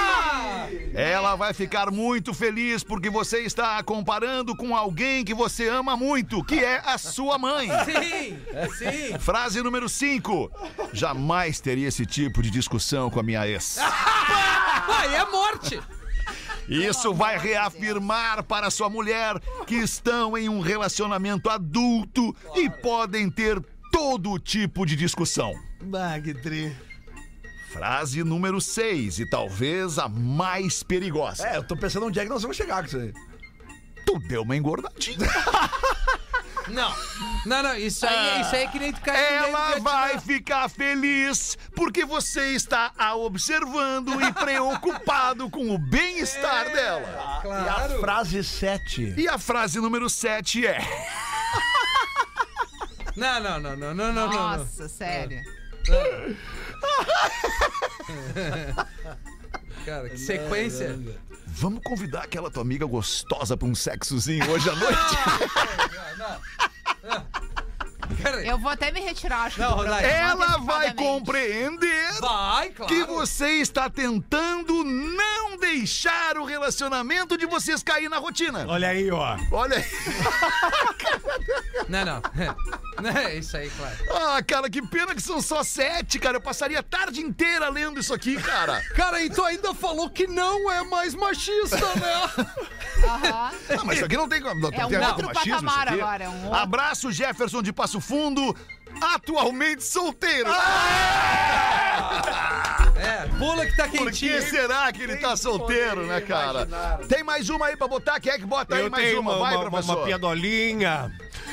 E: Ah,
D: Ela vai ficar muito feliz porque você está a comparando com alguém que você ama muito, que é a sua mãe.
E: Sim, sim.
D: Frase número 5. Jamais teria esse tipo de discussão com a minha ex.
E: Aí é morte.
D: Isso vai reafirmar para sua mulher que estão em um relacionamento adulto e podem ter todo tipo de discussão.
H: Ah,
M: Bagdri.
D: Frase número 6 e talvez a mais perigosa.
L: É, eu tô pensando onde é que nós vamos chegar com isso aí.
D: Tu deu uma engordadinha.
E: Não. Não, não, isso
L: Ah.
E: aí, isso aí é que nem tu caiu
D: Ela vai ficar feliz porque você está a observando e preocupado com o bem-estar dela.
L: E a frase 7.
D: E a frase número 7 é:
E: Não, não, não, não, não, não, não. não.
F: Nossa, sério.
E: Cara, que sequência.
D: Vamos convidar aquela tua amiga gostosa para um sexozinho hoje à noite?
E: é
F: Eu vou até me retirar, acho.
E: Não,
F: do programa,
D: Ela vai
F: antecipadamente.
D: compreender
E: Vai, claro.
D: que você está tentando não deixar o relacionamento de vocês cair na rotina.
M: Olha aí, ó.
D: Olha aí.
E: Não, não. É isso aí, claro.
D: Ah, cara, que pena que são só sete, cara. Eu passaria a tarde inteira lendo isso aqui, cara.
N: Cara, e tu ainda falou que não é mais machista, né?
F: Aham.
D: Não, Ah, mas isso aqui não tem, não, tem
F: É um
D: a ver com
F: outro
D: machismo, isso
F: patamar
D: aqui.
F: agora, é um outro-
D: Abraço, Jefferson de Passo Fundo, atualmente solteiro.
E: É, pula que tá
D: Por
E: quentinho.
D: que será que ele tá solteiro, né, cara? Tem mais uma aí pra botar? Quem é que
L: Tá
D: bota aí
H: Eu
D: mais
H: tenho
D: uma?
H: uma,
D: Vai,
H: uma, uma,
D: professor.
H: uma piadolinha.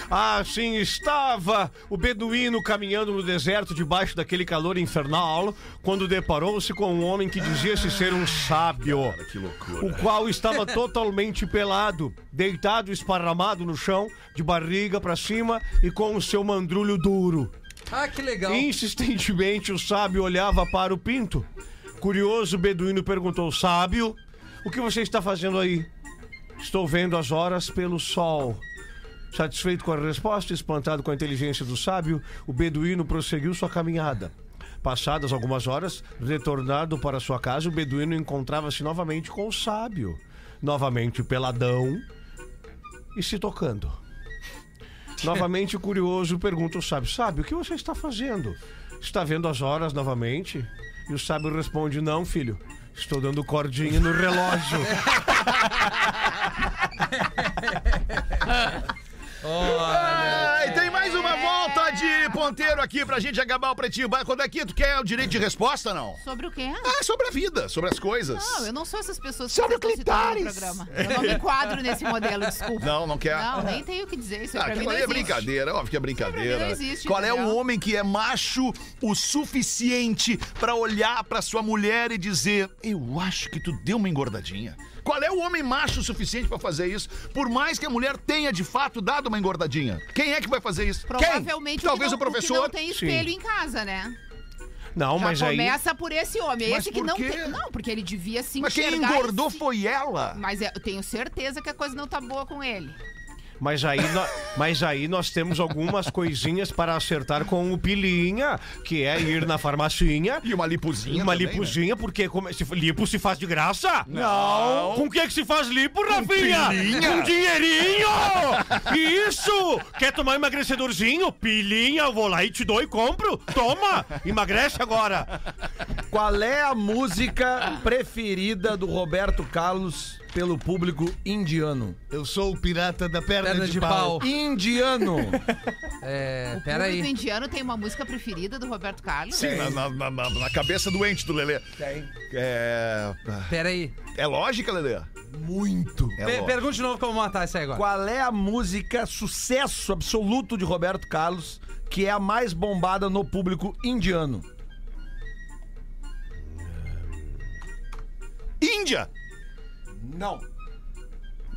H: Assim estava o beduíno caminhando no deserto debaixo daquele calor infernal, quando deparou-se com um homem que dizia-se ser um sábio,
D: que loucura.
H: o qual estava totalmente pelado, deitado esparramado no chão, de barriga pra cima e com o seu mandrulho duro.
E: Ah, que legal.
H: Insistentemente o sábio olhava para o pinto. Curioso, o beduíno perguntou: Sábio, o que você está fazendo aí? Estou vendo as horas pelo sol. Satisfeito com a resposta, espantado com a inteligência do sábio, o beduíno prosseguiu sua caminhada. Passadas algumas horas, retornado para sua casa, o beduíno encontrava-se novamente com o sábio. Novamente peladão e se tocando. Novamente o curioso pergunta ao sábio: Sábio, o que você está fazendo? Está vendo as horas novamente? E o sábio responde: Não, filho. Estou dando cordinha no relógio.
D: Ai, tem mais uma volta de ponteiro aqui pra gente acabar o pretinho básico. Quando é que tu quer o direito de resposta, não?
F: Sobre o quê?
D: Ah, sobre a vida, sobre as coisas.
F: Não, eu não sou essas pessoas que
O: Sobre
F: vocês
O: o
F: estão citando no
O: clitóris.
F: programa. Eu não me enquadro nesse modelo, desculpa.
D: Não, não quer.
F: Não, nem tenho o que dizer. Isso
D: Ah,
F: pra mim
D: aquilo
F: não
D: ali é
F: existe.
D: brincadeira, óbvio que é brincadeira.
F: não existe,
D: Qual é o
F: entendeu?
D: homem que é macho o suficiente pra olhar pra sua mulher e dizer: Eu acho que tu deu uma engordadinha? Qual é o homem macho o suficiente pra fazer isso? Por mais que a mulher tenha de fato dado uma engordadinha. Quem é que vai fazer isso?
F: Provavelmente
D: Quem? Talvez
F: o,
D: o,
F: que não,
D: professor.
F: o que não tem espelho em casa, né?
H: Não,
F: Já
H: mas aí.
F: começa por esse homem.
D: Mas
F: esse que
D: por
F: não
D: quê?
F: tem. Não, porque ele devia se
D: Mas quem
F: enxergar
D: engordou
F: esse-
D: foi ela.
F: Mas é- eu tenho certeza que a coisa não tá boa com ele.
H: Mas aí, nó- mas aí nós temos algumas coisinhas para acertar com o Pilinha, que é ir na farmacinha.
D: E uma lipozinha.
H: Uma
D: também, né?
H: lipozinha, porque como, se, lipo se faz de graça?
D: Não.
H: Com o que, que se faz lipo, Rafinha?
D: pilinha.
H: Com dinheirinho! Isso! Quer tomar emagrecedorzinho? Pilinha, eu vou lá e te dou e compro. Toma! Emagrece agora!
L: Qual é a música preferida do Roberto Carlos pelo público indiano?
M: Eu sou o pirata da perna,
E: Perna
M: de,
E: de
M: pau.
E: pau.
L: Indiano!
E: É,
F: O público
E: peraí.
F: indiano tem uma música preferida do Roberto Carlos?
D: Sim, na, na- na- na- na cabeça doente do Lelê. Tem. É.
E: Peraí.
D: É lógica, Lelê?
L: Muito!
D: É
E: Pe-
D: lógica.
E: pergunta de novo como matar isso aí agora.
L: Qual é a música sucesso absoluto de Roberto Carlos que é a mais bombada no público indiano?
D: Índia!
L: Não.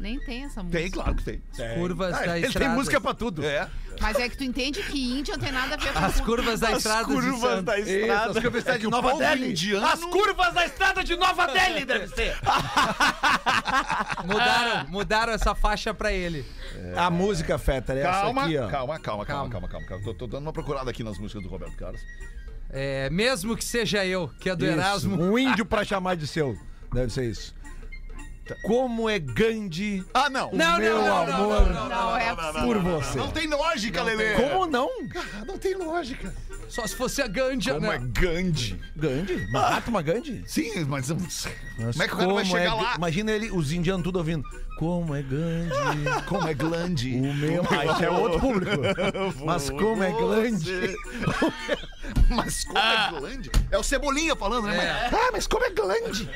F: Nem tem essa música.
D: Tem, claro que Ah, tem.
E: Curvas da
L: ele
E: estrada.
L: tem música pra tudo.
D: É.
F: Mas é que tu entende que Índia não tem nada a ver com
E: As
F: o público.
E: curvas da estrada de Santos.
L: Isso, as curvas da
D: É que o
L: Nova
D: povo
L: Delhi.
D: indiano-
L: As curvas da estrada de Nova Delhi deve ser.
E: Mudaram, mudaram essa faixa pra ele.
L: A música, Fetter, é
D: Calma,
L: essa aqui, ó.
D: calma, calma, calma,
E: Calma.
D: calma, calma. calma. Tô, tô dando uma procurada aqui nas músicas do Roberto Carlos.
E: É, mesmo que seja eu, que é do
L: Isso,
E: Erasmo.
L: Um índio pra chamar de seu. Deve ser isso. Como é Gandhi
D: Ah, não.
E: Não, não,
L: meu
E: não, não,
L: amor
E: não, não,
F: Não, é
L: por você?
D: Não tem lógica, Lelê.
L: Como não?
D: Não tem lógica.
E: Só se fosse a Gandia,
D: Como
E: né?
D: é Gandhi?
L: Gandhi? Mahatma Gandhi?
D: Sim, mas... como é que o cara
L: Como
D: vai chegar
L: Ga-
D: lá?
L: Imagina ele, os indianos tudo ouvindo. Como é Gandhi?
D: Como é Glande?
L: O meu. Ah, isso é outro público. Mas como é Gandhi?
D: Mas como é Glande? É o Cebolinha falando, né? mas-
O: Ah, mas como é grande.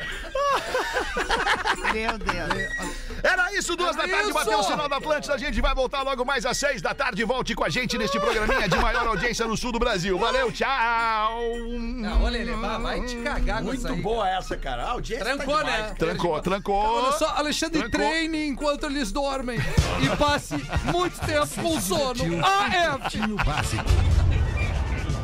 F: Meu Deus.
D: Era isso, duas da tarde,
E: isso!
D: bateu o sinal da Atlântida. A gente vai voltar logo mais às seis da tarde. Volte com a gente neste programinha de maior audiência no sul do Brasil. Valeu, tchau!
E: Não, olha, ele vai, vai te cagar com isso aí.
L: essa, cara. A audiência tá
E: Trancou, né?
D: Trancou, trancou.
E: Olha só, Alexandre,
D: Trancou.
E: treine enquanto eles dormem e passe muito tempo com sono. Ah, é, AF!
Q: Básico.